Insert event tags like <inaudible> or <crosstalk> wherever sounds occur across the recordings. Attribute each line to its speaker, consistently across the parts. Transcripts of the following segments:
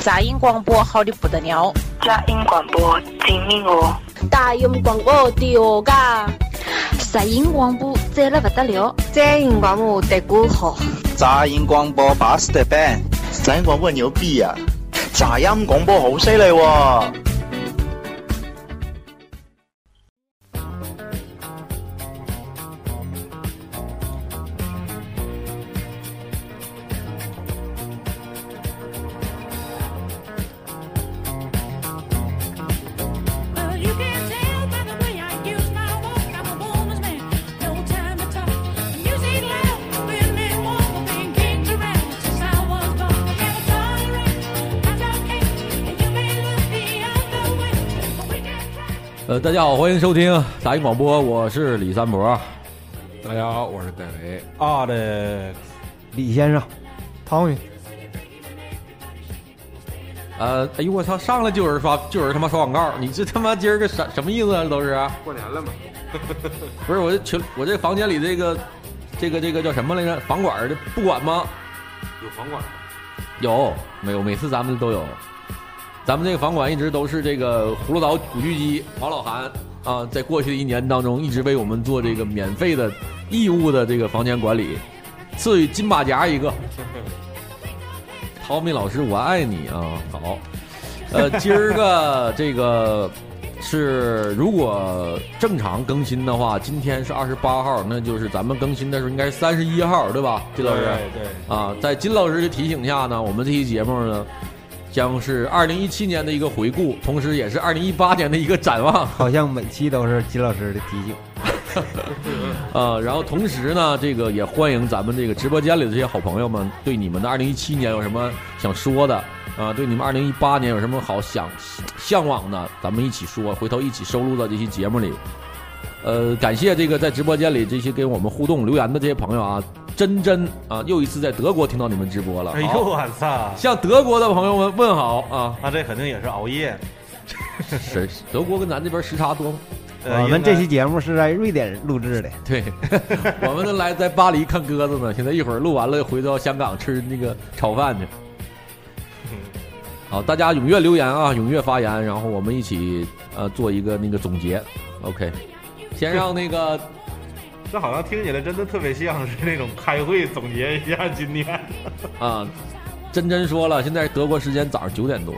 Speaker 1: 杂音广播好的不得了，
Speaker 2: 佳音广播精明哦，
Speaker 3: 大音广播的哦嘎，
Speaker 4: 杂音广播赞了不得了，
Speaker 5: 杂音广播的歌好，
Speaker 6: 杂音广播巴适的板，
Speaker 7: 杂音广播牛逼啊，杂音广播好犀利喎！
Speaker 8: 呃，大家好，欢迎收听杂音广播，我是李三博。
Speaker 9: 大家好，我是戴维。
Speaker 10: 啊的，
Speaker 11: 李先生，
Speaker 12: 唐宇，
Speaker 8: 呃，哎呦我操，上来就有人刷，就有人他妈刷广告，你这他妈今儿个啥什么意思啊？这都是
Speaker 9: 过年了嘛？
Speaker 8: 不是我这群，我这房间里这个这个这个叫什么来着？房管儿的不管吗？
Speaker 9: 有房管吗？
Speaker 8: 有，没有？每次咱们都有。咱们这个房管一直都是这个葫芦岛古巨基王老韩啊，在过去的一年当中，一直为我们做这个免费的义务的这个房间管理，赐予金马甲一个。陶米老师，我爱你啊！好，呃，今儿个这个是如果正常更新的话，今天是二十八号，那就是咱们更新的时候应该是三十一号，对吧？金老师，
Speaker 10: 对对
Speaker 8: 啊，在金老师的提醒下呢，我们这期节目呢。将是二零一七年的一个回顾，同时也是二零一八年的一个展望。
Speaker 11: 好像每期都是金老师的提醒。
Speaker 8: 呃，然后同时呢，这个也欢迎咱们这个直播间里的这些好朋友们，对你们的二零一七年有什么想说的啊、呃？对你们二零一八年有什么好想向往的，咱们一起说，回头一起收录到这期节目里。呃，感谢这个在直播间里这些跟我们互动留言的这些朋友啊，真真啊，又一次在德国听到你们直播了。
Speaker 10: 哎呦
Speaker 8: 好
Speaker 10: 我操！
Speaker 8: 向德国的朋友们问好啊！
Speaker 10: 那这肯定也是熬夜。
Speaker 8: 是德国跟咱这边时差多吗？
Speaker 10: 呃
Speaker 8: 啊
Speaker 11: 我们这期节目是在瑞典录制的，
Speaker 8: 对， <laughs> 我们都来在巴黎看鸽子呢。现在一会儿录完了，回到香港吃那个炒饭去。
Speaker 10: 嗯
Speaker 8: 好，大家踊跃留言啊，踊跃发言，然后我们一起呃做一个那个总结。OK，先让那个
Speaker 10: 这好像听起来真的特别像是那种开会总结一下今年。
Speaker 8: 啊，真真说了，现在德国时间早上九点多。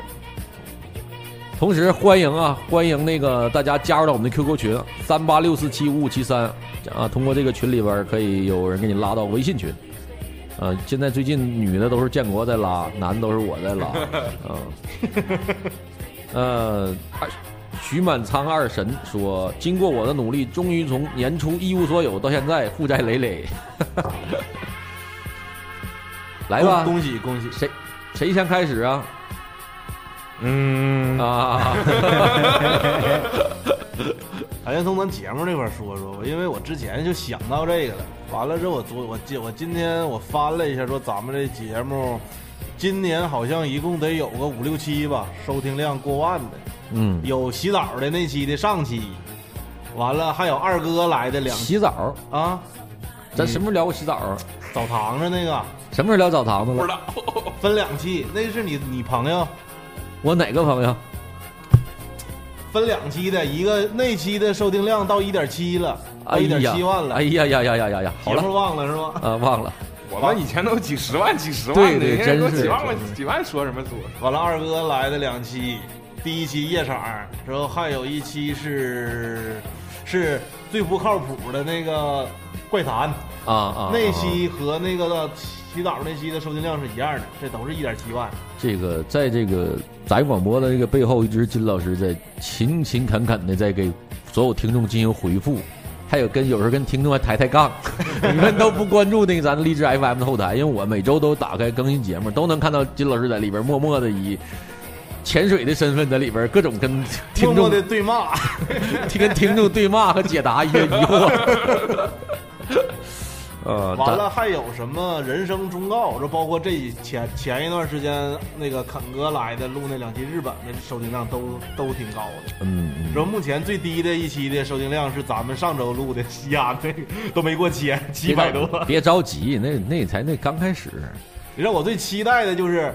Speaker 8: 同时欢迎啊，欢迎那个大家加入到我们的 QQ 群三八六四七五五七三啊，通过这个群里边儿可以有人给你拉到微信群。呃，现在最近女的都是建国在拉，男的都是我在拉。啊，呃，二徐满仓二神说，经过我的努力，终于从年初一无所有到现在负债累累。 <laughs> 来吧，
Speaker 10: 恭喜恭喜！
Speaker 8: 谁谁先开始啊？<laughs>
Speaker 10: 嗯，
Speaker 8: 啊，
Speaker 10: 咱先从咱节目这块儿说说吧，因为我之前就想到这个了。完了之后，我昨我今我今天我翻了一下，说咱们这节目今年好像一共得有个五六期吧，收听量过万的。
Speaker 8: 嗯，
Speaker 10: 有洗澡的那期的上期，完了还有二哥来的两期
Speaker 8: 洗澡，
Speaker 10: 啊，
Speaker 8: 咱什么时候聊过洗澡啊？
Speaker 10: 澡堂子那个
Speaker 8: 什么时候聊澡堂子
Speaker 9: 不知
Speaker 8: 了？
Speaker 9: 道，
Speaker 10: 分两期，那是你你朋友
Speaker 8: 我哪个朋友？
Speaker 10: 分两期的，一个那期的收听量到一点七了，到
Speaker 8: 哎
Speaker 10: 一点
Speaker 8: 呀
Speaker 10: 七万了，
Speaker 8: 哎呀呀呀呀呀呀！好
Speaker 10: 节
Speaker 8: 了
Speaker 10: 目忘了是吗？
Speaker 8: 啊，忘了。
Speaker 9: 我们以前都几十万、几十万的，
Speaker 8: 对对
Speaker 9: 现在都
Speaker 8: 真是
Speaker 9: 几万
Speaker 8: 真是
Speaker 9: 万、几万说什么说？
Speaker 10: 完了，二哥来的两期，第一期夜场，之后还有一期是是最不靠谱的那个怪谈，
Speaker 8: 啊啊！
Speaker 10: 那
Speaker 8: 啊
Speaker 10: 期和那个洗澡那期的收听量是一样的，这都是一点七万。
Speaker 8: 这个在这个杂音广播的这个背后，一直金老师在勤勤恳恳的在给所有听众进行回复，还有跟有时候跟听众还抬抬
Speaker 10: <laughs>
Speaker 8: 杠。你们都不关注那个咱荔枝 FM 的后台，因为我每周都打开更新节目，都能看到金老师在里边默默的以潜水的身份在里边各种跟听
Speaker 10: 默默
Speaker 8: 众
Speaker 10: 的对骂，
Speaker 8: 跟 <laughs> 听众对骂和解答一些疑
Speaker 10: <laughs>
Speaker 8: 惑。呃，
Speaker 10: 完
Speaker 8: 咱
Speaker 10: 了还有什么人生忠告？这包括这一前前一段时间那个肯哥来的录那两期日本的收听量都都挺高的。
Speaker 8: 嗯，嗯
Speaker 10: 然后目前最低的一期的收听量是咱们上周录的 <laughs> 西安那个都没过千，七
Speaker 8: 别
Speaker 10: 百
Speaker 8: 着
Speaker 10: 多。
Speaker 8: 别着急，那那才那刚开始。
Speaker 10: 你让我最期待的就是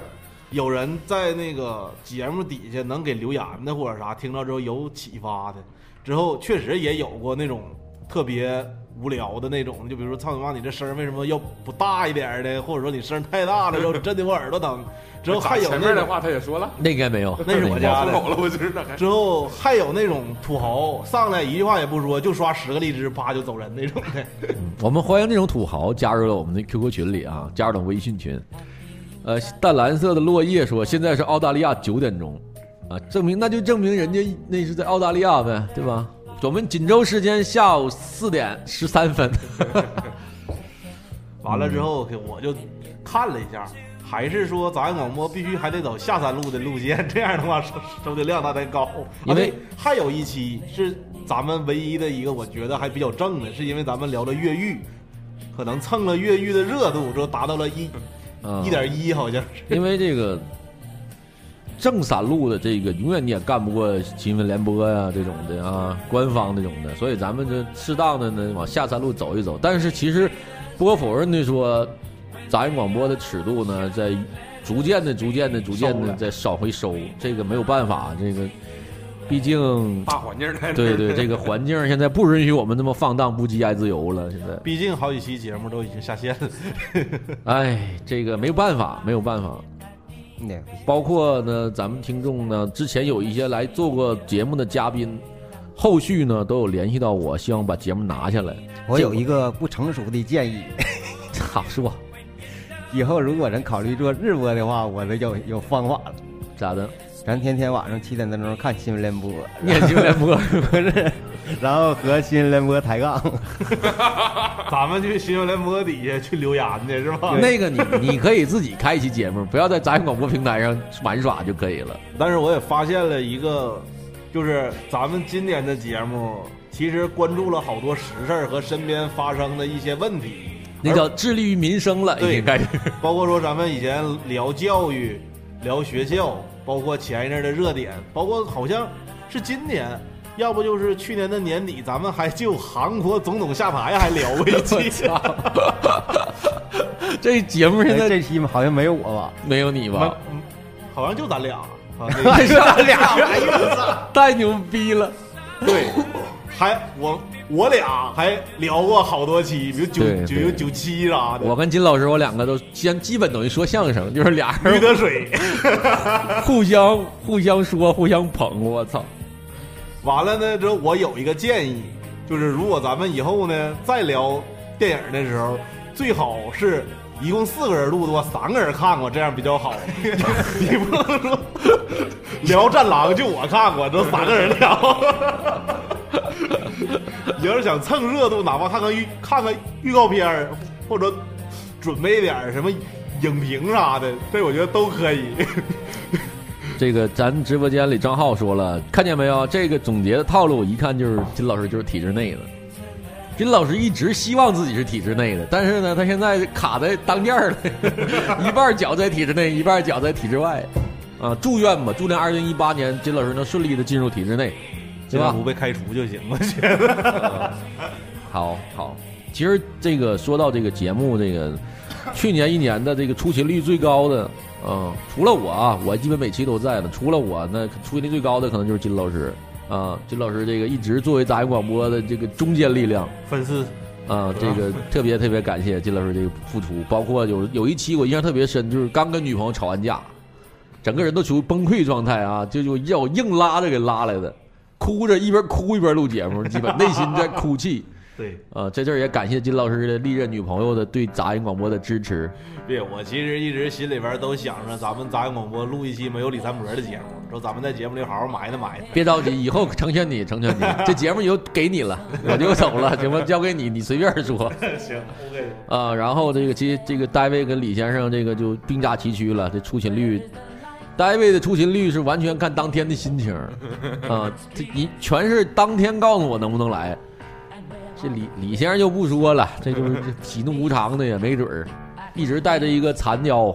Speaker 10: 有人在那个节目底下能给留言的或者啥，听到之后有启发的，之后确实也有过那种特别无聊的那种，就比如说操你妈，你这声儿为什么要不大一点儿的，或者说你声儿太大了，之后真的我耳朵疼。之后还有
Speaker 9: 前
Speaker 10: 那
Speaker 9: 面的
Speaker 10: 种，
Speaker 9: 话他也说了，
Speaker 8: 那应该没有，
Speaker 10: 那是我家
Speaker 9: 我
Speaker 10: 的
Speaker 9: 口了，我知道。还
Speaker 10: 之后还有那种土豪上来一句话也不说，就刷十个荔枝，啪就走人那种的。
Speaker 8: 我们欢迎这种土豪加入了我们的 QQ 群里啊，加入了微信群。呃，淡蓝色的落叶说，现在是澳大利亚九点钟，啊，证明那就证明人家那是在澳大利亚呗，对吧？我们锦州时间下午四点十三
Speaker 10: <laughs>
Speaker 8: 分，
Speaker 10: 完
Speaker 8: 嗯
Speaker 10: 了之后，给我就看了一下，还是说杂音广播必须还得走下三路的路线，这样的话收收听量它才高。
Speaker 8: 因为
Speaker 10: 啊对还有一期是咱们唯一的一个，我觉得还比较正的，是因为咱们聊了越狱，可能蹭了越狱的热度，之后达到了一
Speaker 8: 嗯
Speaker 10: 一点一，好像是。
Speaker 8: 因为这个正三路的这个永远你也干不过新闻联播呀、这种的啊，官方这种的，所以咱们这适当的呢往下三路走一走。但是其实不可否认的说，杂音广播的尺度呢在逐渐的、逐渐的、逐渐的在少回收，这个没有办法，这个毕竟。
Speaker 9: 大环境来， <laughs>
Speaker 8: 对对，这个环境现在不允许我们这么放荡不羁、爱自由了。现在，
Speaker 10: 毕竟好几期节目都已经下线了，
Speaker 8: 哎，这个没有办法，没有办法。
Speaker 11: 那个
Speaker 8: 包括呢，咱们听众呢，之前有一些来做过节目的嘉宾，后续呢都有联系到我，希望把节目拿下来。
Speaker 11: 我有
Speaker 8: 这
Speaker 11: 一个不成熟的建 <laughs> 议，
Speaker 8: 好说
Speaker 11: 以后如果能考虑做日播的话，我这有有方法了。
Speaker 8: 咋 <laughs> 的？
Speaker 11: 咱天天晚上七点多钟看新闻联播， <laughs>
Speaker 8: 念经联播
Speaker 11: 不是，然后和新闻联播抬 <laughs> 杠。
Speaker 10: 咱们去新闻联播底下去留言去是
Speaker 8: <laughs>
Speaker 10: 吧？
Speaker 8: 那个你你可以自己开一期节目，不要在杂音广播平台上玩耍就可以了。
Speaker 10: 但是我也发现了一个，就是咱们今年的节目其实关注了好多实事儿和身边发生的一些问题，
Speaker 8: 那叫致力于民生了，
Speaker 10: 对
Speaker 8: 应该 <laughs> 是。
Speaker 10: 包括说咱们以前聊教育、聊学校，包括前一阵儿的热点，包括好像是今年。要不就是去年的年底，咱们还就韩国总统下台还聊过
Speaker 8: <laughs>
Speaker 10: 一
Speaker 8: 我
Speaker 10: 期，
Speaker 8: 操！ <laughs> 这节目现
Speaker 11: 哎
Speaker 8: 在
Speaker 11: 这期好像没有我吧？
Speaker 8: 没有你吧？
Speaker 10: 好像就咱俩，
Speaker 8: <laughs>
Speaker 10: 啊
Speaker 8: 还是咱
Speaker 10: 哎呦我操！
Speaker 8: 太牛逼了！
Speaker 10: 对，还我我俩还聊过好多期，比如九
Speaker 8: 对
Speaker 10: 九
Speaker 8: 对
Speaker 10: 九七啊啥的，
Speaker 8: 我跟金老师，我两个都先基本等于说相声，就是俩
Speaker 10: <laughs>
Speaker 8: 人
Speaker 10: 驴得水。
Speaker 8: 互相互相说，互相捧，我操！
Speaker 10: 完了呢，之后我有一个建议，就是如果咱们以后呢再聊电影的时候，最好是。一共四个人录的，我三个人看过，这样比较好。你不能说聊《战狼》就我看过，这三个人聊。 <laughs> 你要是想蹭热度，哪怕看看预看看预告片儿，或者准备点儿什么影评啥的，这我觉得都可以。
Speaker 8: 这个咱直播间里张浩说了，看见没有？这个总结的套路，一看就是金老师就是体制内的。金老师一直希望自己是体制内的，但是呢，他现在卡在当间儿了，一 <laughs> 半儿脚在体制内，一半儿脚在体制外。啊，祝愿吧，祝愿二零一八年金老师能顺利的进入体制内，对 <laughs> 吧？
Speaker 10: 被开除就行，我觉得。
Speaker 8: 好好，其实这个说到这个节目，这个去年一年的这个出勤率最高的，嗯，除了我啊，我基本每期都在呢。除了我，那出勤率最高的可能就是金老师啊，金老师这个一直作为杂音广播的这个中坚力量
Speaker 10: 粉丝
Speaker 8: 啊，这个特别特别感谢金老师这个付出，包括有有一期我印象特别深，就是刚跟女朋友吵完架，整个人都处于崩溃状态啊，就就要硬拉着给拉来的，哭着一边哭一边录节目，基本内心在哭泣。
Speaker 10: 对，
Speaker 8: 呃，在这儿也感谢金老师的历任女朋友的对杂音广播的支持。
Speaker 10: 对我其实一直心里边都想着，咱们杂音广播录一期没有李三伯的节目，说咱们在节目里好好埋汰埋汰。
Speaker 8: 别着急，以后成全你，成全你。这节目以后给你了，我就走了，行吗？交给你，你随便说。
Speaker 10: <laughs> 行，OK，
Speaker 8: 啊、然后这个这这个戴维跟李先生这个就并驾齐驱了，这出勤率，戴维的出勤率是完全看当天的心情儿，啊、这你全是当天告诉我能不能来。这李李先生就不说了，这就是这喜怒无常的，也没准儿，一直带着一个残腰，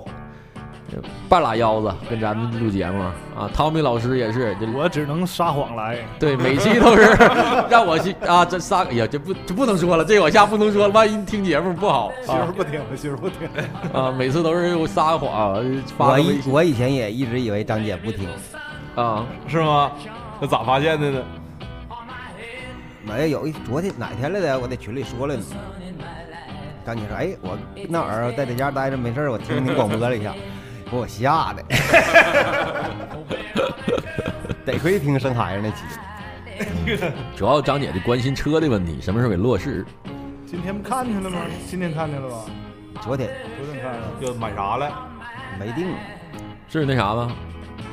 Speaker 8: 呃半拉腰子跟咱们录节目啊。汤米老师也是，这
Speaker 12: 我只能撒谎来。
Speaker 8: <laughs> 对，每期都是让我去啊，这仨哎呀，这不这不能说了，这往下不能说了，万一听节目不好
Speaker 12: 媳妇
Speaker 8: 啊
Speaker 12: 儿不听了，媳妇儿不听了。
Speaker 8: 啊，每次都是我撒谎，啊发
Speaker 11: 我
Speaker 8: 个微
Speaker 11: 以
Speaker 8: 信
Speaker 11: 我以前也一直以为张姐不听，
Speaker 8: 啊，
Speaker 10: 是吗？那咋发现的呢？
Speaker 11: 没哎有一昨天哪天来的，我在群里说了呢。张姐说：“哎，我那会儿在在家待着没事儿我听你广播了一下，给我吓的， <laughs> 得亏听生孩子那期。
Speaker 8: 主要张姐就关心车的问题，什么时候给落实？
Speaker 12: 今天不看见了吗？今天看见了吧？
Speaker 11: 昨天
Speaker 12: 昨天看了。
Speaker 10: 就买啥了？
Speaker 11: 没定，
Speaker 8: 是那啥吗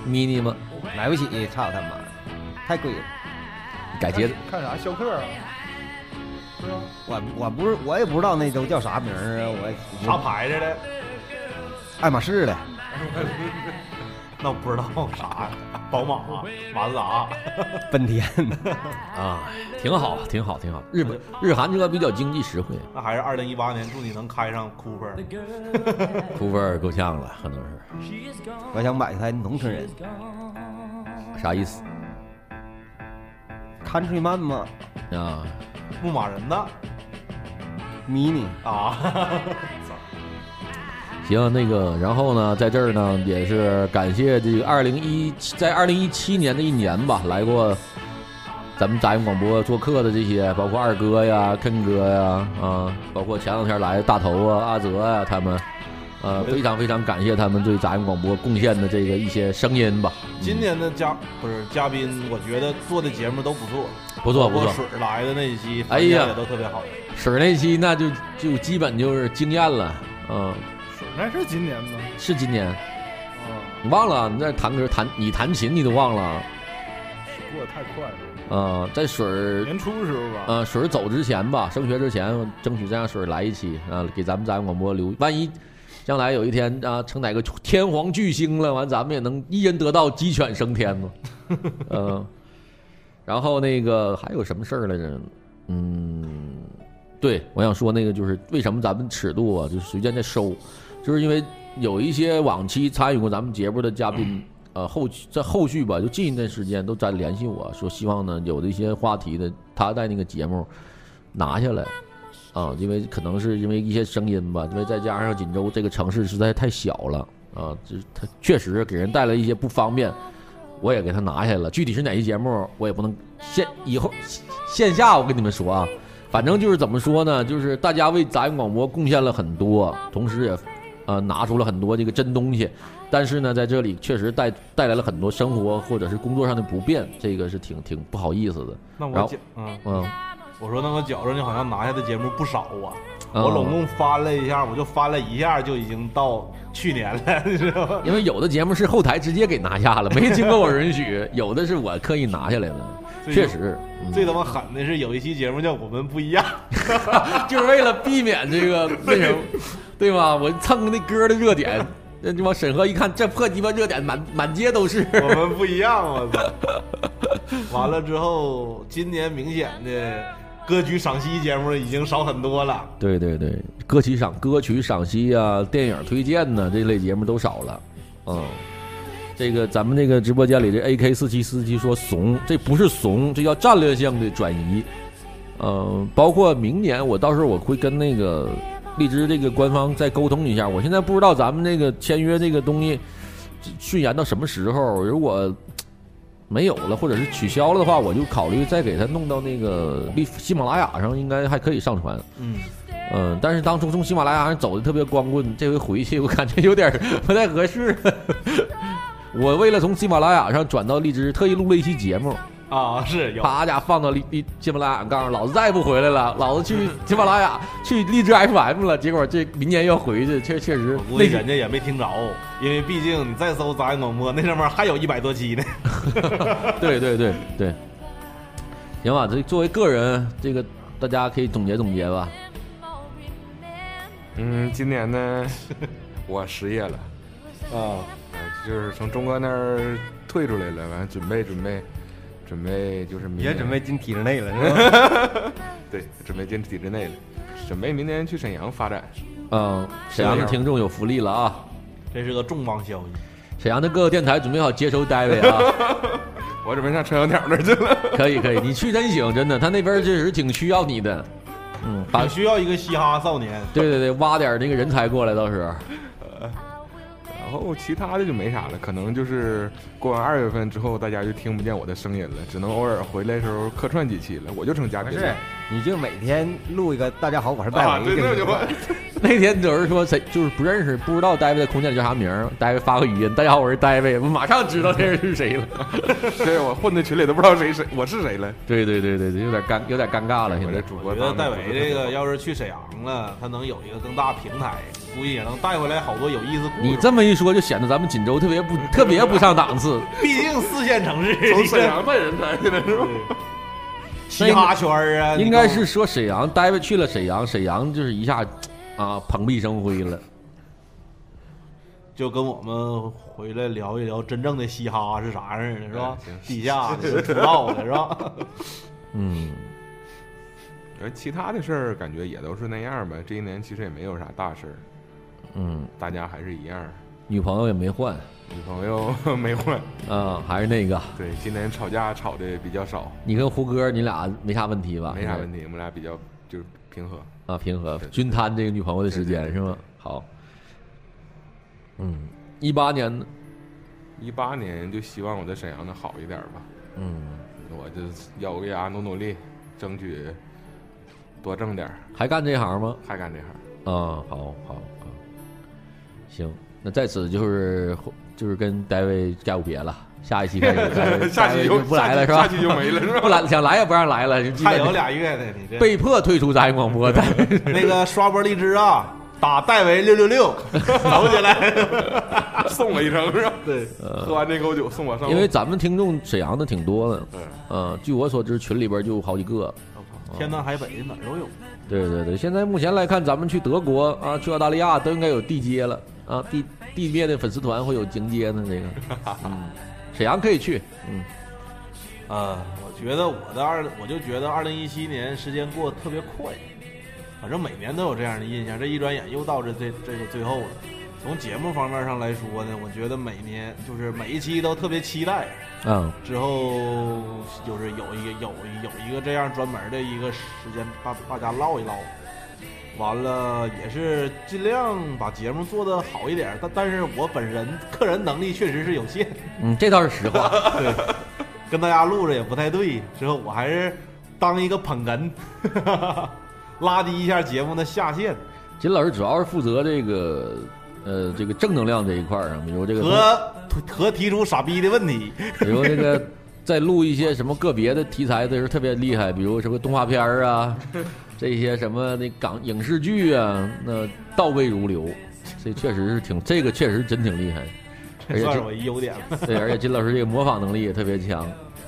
Speaker 8: ？mini 吗？
Speaker 11: 买不起，操他妈，太贵了。
Speaker 8: 改节
Speaker 12: 看啥？逍客啊？对啊，
Speaker 11: 我我不是我也不知道那都叫啥名儿啊，我
Speaker 10: 啥牌子的？
Speaker 11: 爱马仕的，
Speaker 10: 那我不知道 <laughs> 啥，宝马、啊马自达。
Speaker 11: 本田
Speaker 12: 哎
Speaker 8: 啊，挺好，挺好，挺好。日本日韩车比较经济实惠，
Speaker 12: 哎
Speaker 10: 那还是二零一八年，祝你能开上 Cooper。
Speaker 8: 库珀够呛了，可能是
Speaker 11: <laughs> 我想买台农村人
Speaker 8: 啥意思
Speaker 11: Countryman 嘛
Speaker 8: 啊？
Speaker 10: 牧马人的
Speaker 11: ，mini。
Speaker 10: 啊， <laughs>
Speaker 8: 行，那个，然后呢，在这儿呢，也是感谢这个二零一在二零一七年的一年吧，来过咱们杂音广播做客的这些，包括二哥呀、Ken 哥呀，啊，包括前两天来的大头啊、阿泽啊他们，呃，非常非常感谢他们对杂音广播贡献的这个一些声音吧。嗯
Speaker 10: 今年的嘉不是嘉宾，我觉得做的节目都不错，
Speaker 8: 不错
Speaker 10: 包
Speaker 8: 不
Speaker 10: 括
Speaker 8: 错，
Speaker 10: 水儿来的那一期，
Speaker 8: 哎呀
Speaker 10: 反响也都特别好。
Speaker 8: 水那期那就就基本就是惊艳了，嗯，
Speaker 12: 那是今年吗？
Speaker 8: 是今年
Speaker 12: 啊，
Speaker 8: 你忘了？你那弹歌弹你弹琴你都忘了啊、
Speaker 12: 过得太快了，
Speaker 8: 在水儿
Speaker 12: 年初时候吧。
Speaker 8: 呃，水儿走之前吧，升学之前，争取再让水儿来一期啊，给咱们杂音广播留。万一将来有一天啊，成哪个天皇巨星了，完咱们也能一人得道，鸡犬升
Speaker 12: <laughs>
Speaker 8: 天嘛。嗯、然后那个还有什么事儿来着？嗯，对，我想说那个就是为什么咱们尺度啊，就是随便在收，就是因为有一些往期参与过咱们节目的嘉宾，呃，后期在后续吧，就近一段时间都在联系我说，希望呢有的一些话题的，他在那个节目拿下来。啊，因为可能是因为一些声音吧，因为再加上锦州这个城市实在太小了啊，就是它确实给人带来一些不方便，我也给他拿下来了。具体是哪期节目，我也不能线以后线下我跟你们说啊，反正就是怎么说呢，就是大家为杂音广播贡献了很多，同时也呃拿出了很多这个真东西。但是呢，在这里确实带带来了很多生活或者是工作上的不便，这个是挺挺不好意思的。
Speaker 10: 那我
Speaker 8: 然后
Speaker 10: 觉嗯，
Speaker 8: 嗯，
Speaker 10: 我说那我觉着你好像拿下的节目不少啊，
Speaker 8: 嗯
Speaker 10: 我拢共翻了一下，我就翻了一下就已经到去年了， <laughs> 你知道吗？
Speaker 8: 因为有的节目是后台直接给拿下了，没经过我允许；有的是我刻意拿下来的，
Speaker 10: 最
Speaker 8: 确实，嗯
Speaker 10: 最他妈狠的是有一期节目叫《我们不一样》，
Speaker 8: <laughs> 就是为了避免这个那什么，对吧？我蹭那歌的热点，那鸡巴审核一看，这破鸡巴热点满满街都是。
Speaker 10: 我们不一
Speaker 8: <laughs>
Speaker 10: 样，我操！完了之后，今年明显的歌曲赏析节目已经少很多了。
Speaker 8: 对对对，歌曲赏歌曲赏析啊，电影推荐呐、这类节目都少了。嗯，这个咱们这个直播间里这 AK 四七四七说怂，这不是怂，这叫战略性的转移。嗯，包括明年我到时候我会跟那个荔枝这个官方再沟通一下。我现在不知道咱们这个签约这个东西顺延到什么时候，如果。没有了，或者是取消了的话，我就考虑再给它弄到那个荔喜马拉雅上，应该还可以上传。
Speaker 10: 嗯，
Speaker 8: 嗯，但是当初从喜马拉雅上走的特别光棍，这回回去我感觉有点儿 <laughs> 不太合适。我为了从喜马拉雅上转到荔枝，特意录了一期节目，
Speaker 10: 啊，是有
Speaker 8: 啪家放到荔荔喜马拉雅，告诉老子再也不回来了，老子去喜马拉雅去荔枝 FM 了。结果这明年要回去，确确实
Speaker 10: 我估
Speaker 8: 那
Speaker 10: 计
Speaker 8: 几
Speaker 10: 人家也没听着，因为毕竟你再搜杂音广播，那上面还有一百多
Speaker 8: <laughs>
Speaker 10: 期呢。
Speaker 8: <laughs> 对对对对，行吧，这作为个人，这个大家可以总结总结吧。
Speaker 9: 嗯，今
Speaker 12: <laughs>
Speaker 9: 年呢，我失业了，
Speaker 10: 啊，
Speaker 9: 呃就是从钟哥那儿退出来了，完了准备准备，准备就是明
Speaker 11: 也
Speaker 9: 年
Speaker 11: 准备进体制内了， <laughs> 是吧？
Speaker 9: 对，准备进体制内了，准备明年去沈阳发展。
Speaker 8: 嗯，沈阳的
Speaker 9: 是这样
Speaker 8: 听众有福利了啊！
Speaker 10: 这是个重磅消息。
Speaker 8: 沈阳的各个电台准备好接收 David 啊！
Speaker 9: 我准备上陈小鸟那儿去了。
Speaker 8: 可以可以，你去真行，真的，他那边确实挺需要你的。嗯，把
Speaker 10: 需要一个嘻哈少年。
Speaker 8: 对对对，挖点那个人才过来，到时候。
Speaker 9: 然后其他的就没啥了，可能就是过完二月份之后，大家就听不见我的声音了，只能偶尔回来的时候客串几期了，我就成嘉
Speaker 11: 没
Speaker 9: 宾
Speaker 11: 事
Speaker 9: 了。，
Speaker 11: 你就每天录一个“大家好，我是戴维”
Speaker 9: 啊，对
Speaker 11: 就
Speaker 9: 对
Speaker 11: 行
Speaker 9: 对，
Speaker 11: 了
Speaker 9: 我
Speaker 8: <laughs> 那天有人说谁就是不认识，不知道 David 的空间里叫啥名儿，David 发个语音，大家好，我是 David，马上知道这人是
Speaker 10: <laughs>
Speaker 8: 谁了。
Speaker 9: <laughs> 对我混在群里都不知道谁谁我是谁了。
Speaker 8: 对对对对对，有点尴有点尴尬了，现在
Speaker 9: 主
Speaker 10: 我
Speaker 9: 播
Speaker 10: 觉得戴伟这个要是去沈阳了，他能有一个更大平台，估计也能带回来好多有意思故事。
Speaker 8: 你这么一说，就显得咱们锦州特别不特别不上档次。
Speaker 10: 毕竟四线城市，
Speaker 9: 从沈阳带人才去了是吧？ <laughs>
Speaker 10: 嘻哈圈儿啊，
Speaker 8: 应该是说沈阳，David 去了沈阳，沈阳就是一下啊蓬荜生辉了。
Speaker 10: 就跟我们回来聊一聊真正的嘻哈是啥样儿的，是吧
Speaker 9: 嗯？行
Speaker 10: 地下的是土道的，是吧？
Speaker 8: 嗯，
Speaker 9: 而呃其他的事儿感觉也都是那样吧。这一年其实也没有啥大事儿，
Speaker 8: 嗯，
Speaker 9: 大家还是一样。
Speaker 8: 女朋友也没换
Speaker 9: 女朋友 <laughs> 没换，
Speaker 8: 啊，还是那个，
Speaker 9: 对，今年吵架吵的比较少，
Speaker 8: 你跟胡歌你俩没啥问题吧？
Speaker 9: 没啥问题，我们俩比较就是平和。
Speaker 8: 啊，平和均摊这个女朋友的时间是吗？好，嗯，一八年呢，
Speaker 9: 一八年就希望我在沈阳能好一点儿吧，
Speaker 8: 嗯，
Speaker 9: 我就咬个牙努努力，争取多挣点儿，
Speaker 8: 还干这行吗？
Speaker 9: 还干这行。
Speaker 8: 啊，好好好，行，那在此就是就是跟戴维告别了， <laughs> 下一期开
Speaker 9: <laughs>
Speaker 8: 始戴维，
Speaker 9: 下期就
Speaker 8: 戴维不来了是吧？
Speaker 9: 下期就没了是
Speaker 8: <laughs>
Speaker 9: 吧
Speaker 8: 不来想来也不让来了， <laughs> 就基本
Speaker 10: 还有俩月呢，你这
Speaker 8: 被迫退出杂音广播，戴维
Speaker 10: 那个刷波荔枝啊，打戴维六六六，走起来，
Speaker 9: 送我一程
Speaker 8: <laughs>
Speaker 9: 是吧？
Speaker 10: 对，
Speaker 9: 喝完这口酒送我上路。
Speaker 8: 呃因为咱们听众沈阳的挺多的，
Speaker 9: 嗯
Speaker 8: 嗯，据我所知群里边就好几个，
Speaker 10: 天南海北哪儿都有。
Speaker 8: 对对对，现在目前来看，咱们去德国啊，去澳大利亚都应该有地接了啊，地地面的粉丝团会有迎接呢。
Speaker 10: <laughs>
Speaker 8: 这个，嗯，沈阳可以去，嗯，
Speaker 10: 啊，我觉得我的二，我就觉得二零一七年时间过得特别快，反正每年都有这样的印象。这一转眼又到这这这个最后了。从节目方面上来说呢，我觉得每年就是每一期都特别期待，
Speaker 8: 嗯，
Speaker 10: 之后就是有一个有有一个这样专门的一个时间，大大家唠一唠。完了也是尽量把节目做得好一点，但但是我本人个人能力确实是有限，
Speaker 8: 嗯，这倒是实话。
Speaker 10: <laughs> 对，跟大家录着也不太对。之后我还是当一个捧哏， <laughs> 拉低一下节目的下限
Speaker 8: 金老师主要是负责这个，呃，这个正能量这一块儿啊，比如这个，
Speaker 10: 和和提出傻逼的问题。
Speaker 8: 比如这个，在录一些什么个别的题材的时候特别厉害，比如什么动画片儿啊，这些什么那港影视剧啊，那倒背如流，这确实是挺，这个确实真挺厉害。而
Speaker 10: 这
Speaker 8: 且
Speaker 10: 算是
Speaker 8: 哎这
Speaker 10: 我一优点了。
Speaker 8: <laughs> 对，而且金老师这个模仿能力也特别强，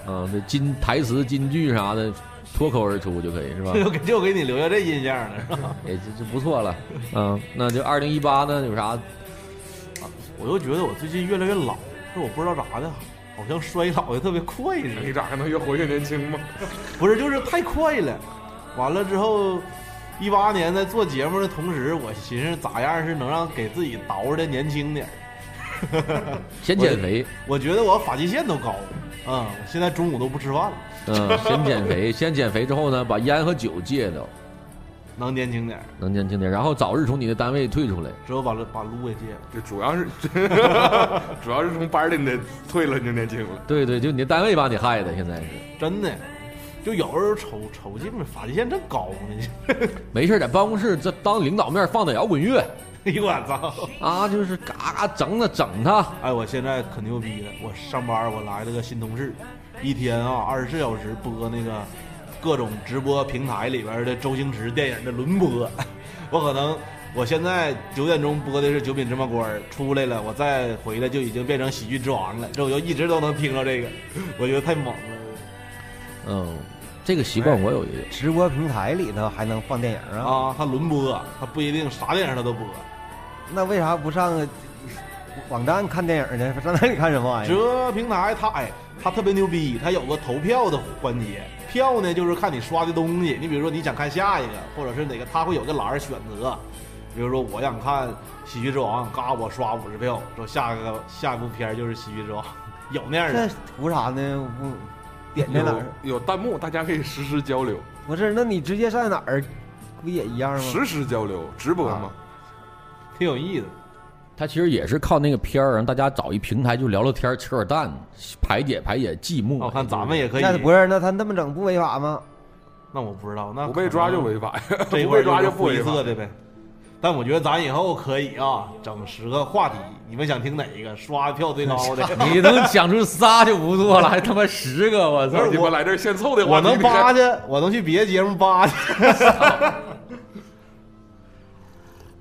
Speaker 8: 啊，这金台词、金句啥的脱口而出就可以，是吧？
Speaker 10: <laughs> 就给就给你留下这印象了， <laughs> 是吧？
Speaker 8: 也就就不错了，嗯，那就二零一八呢有啥？
Speaker 10: 我就觉得我最近越来越老，这我不知道咋的，好像衰老的特别快似的。
Speaker 9: 你咋还能越活越
Speaker 8: <laughs>
Speaker 9: 年轻吗？
Speaker 10: 不是，就是太快了。完了之后，一八年在做节目的同时，我寻思咋样是能让给自己捯饬的年轻点儿 <laughs>
Speaker 8: 先减肥，
Speaker 10: 我觉得我发际线都高了，嗯，我现在中午都不吃饭了，
Speaker 8: 嗯，先减肥，先减肥之后呢，把烟和酒戒掉，
Speaker 10: 能年轻点儿。
Speaker 8: 能年轻点，然后早日从你的单位退出来。
Speaker 10: 之后把路把撸也戒了，
Speaker 9: 这主要是 <laughs> 主要是从班里你得退了，你就年轻了。
Speaker 8: 对对，就你的单位把你害的，现在是
Speaker 10: 真的，就有时候瞅瞅镜子，发际线真高呢。
Speaker 8: 没事儿在办公室这当领导面放点摇滚乐
Speaker 10: <laughs> 哎呦我操！
Speaker 8: 啊，就是嘎嘎整他整他，
Speaker 10: 哎，我现在可牛逼了！我上班我来了个新同事，一天啊二十四小时播那个各种直播平台里边的周星驰电影的轮播。 <laughs> 我可能我现在九点钟播的是《九品芝麻官》，出来了，我再回来就已经变成喜剧之王了。这我就一直都能听着这个，我觉得太猛了
Speaker 8: 嗯，这个习惯我有一个。
Speaker 11: 直播平台里头还能放电影啊？
Speaker 10: 啊！他轮播，他不一定啥电影他都播，
Speaker 11: 那为啥不上网站看电影呢？ <laughs> 上那里看什么玩意
Speaker 10: 直
Speaker 11: 儿？
Speaker 10: 播平台它哎，它特别牛逼，它有个投票的环节。票呢，就是看你刷的东西。你比如说，你想看下一个，或者是哪个，它会有个栏儿选择。比如说我想看《喜剧之王》，嘎，我刷五十票，说下个下一部片儿就是《喜剧之王》，有那样的
Speaker 11: 这。图啥呢？我点在哪儿？
Speaker 9: 有有弹幕，大家可以实时交流，
Speaker 11: 不是，那你直接上哪儿，不也一样吗？
Speaker 9: 实时交流，直播
Speaker 10: 啊
Speaker 9: 嘛，
Speaker 10: <laughs> 挺有意思。
Speaker 8: 他其实也是靠那个片儿，让大家找一平台就聊聊天儿、扯扯淡，排解排解寂寞。我，
Speaker 10: 哦看咱们也可
Speaker 11: 那不是，那他那么整不违法吗？
Speaker 10: 那我不知道，那
Speaker 9: 不被抓就违法呀
Speaker 10: 可能这一
Speaker 9: <laughs> 不
Speaker 10: 块
Speaker 9: 被
Speaker 10: 儿
Speaker 9: 抓
Speaker 10: 就
Speaker 9: 就不违
Speaker 10: 是
Speaker 9: 法
Speaker 10: 灰色的呗。但我觉得咱以后可以啊，整十个话题，你们想听哪一个，刷票最高的
Speaker 11: <laughs>
Speaker 8: 你能想出仨就不错了，还他妈十个，我操！
Speaker 10: 不是我
Speaker 9: 来这儿现凑的
Speaker 10: <laughs>
Speaker 9: 话
Speaker 10: 我能
Speaker 9: 你
Speaker 10: 扒去，我能去别的节目扒去。 <laughs>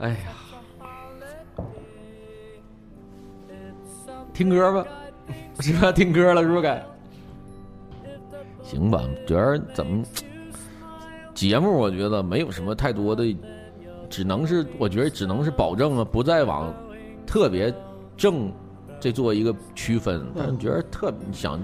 Speaker 8: 哎呀，听歌吧，是吧？听歌了是不是该？行吧，主要是怎么节目，我觉得没有什么太多的，只能是我觉得只能是保证啊，不再往特别正这做一个区分。但觉得特你想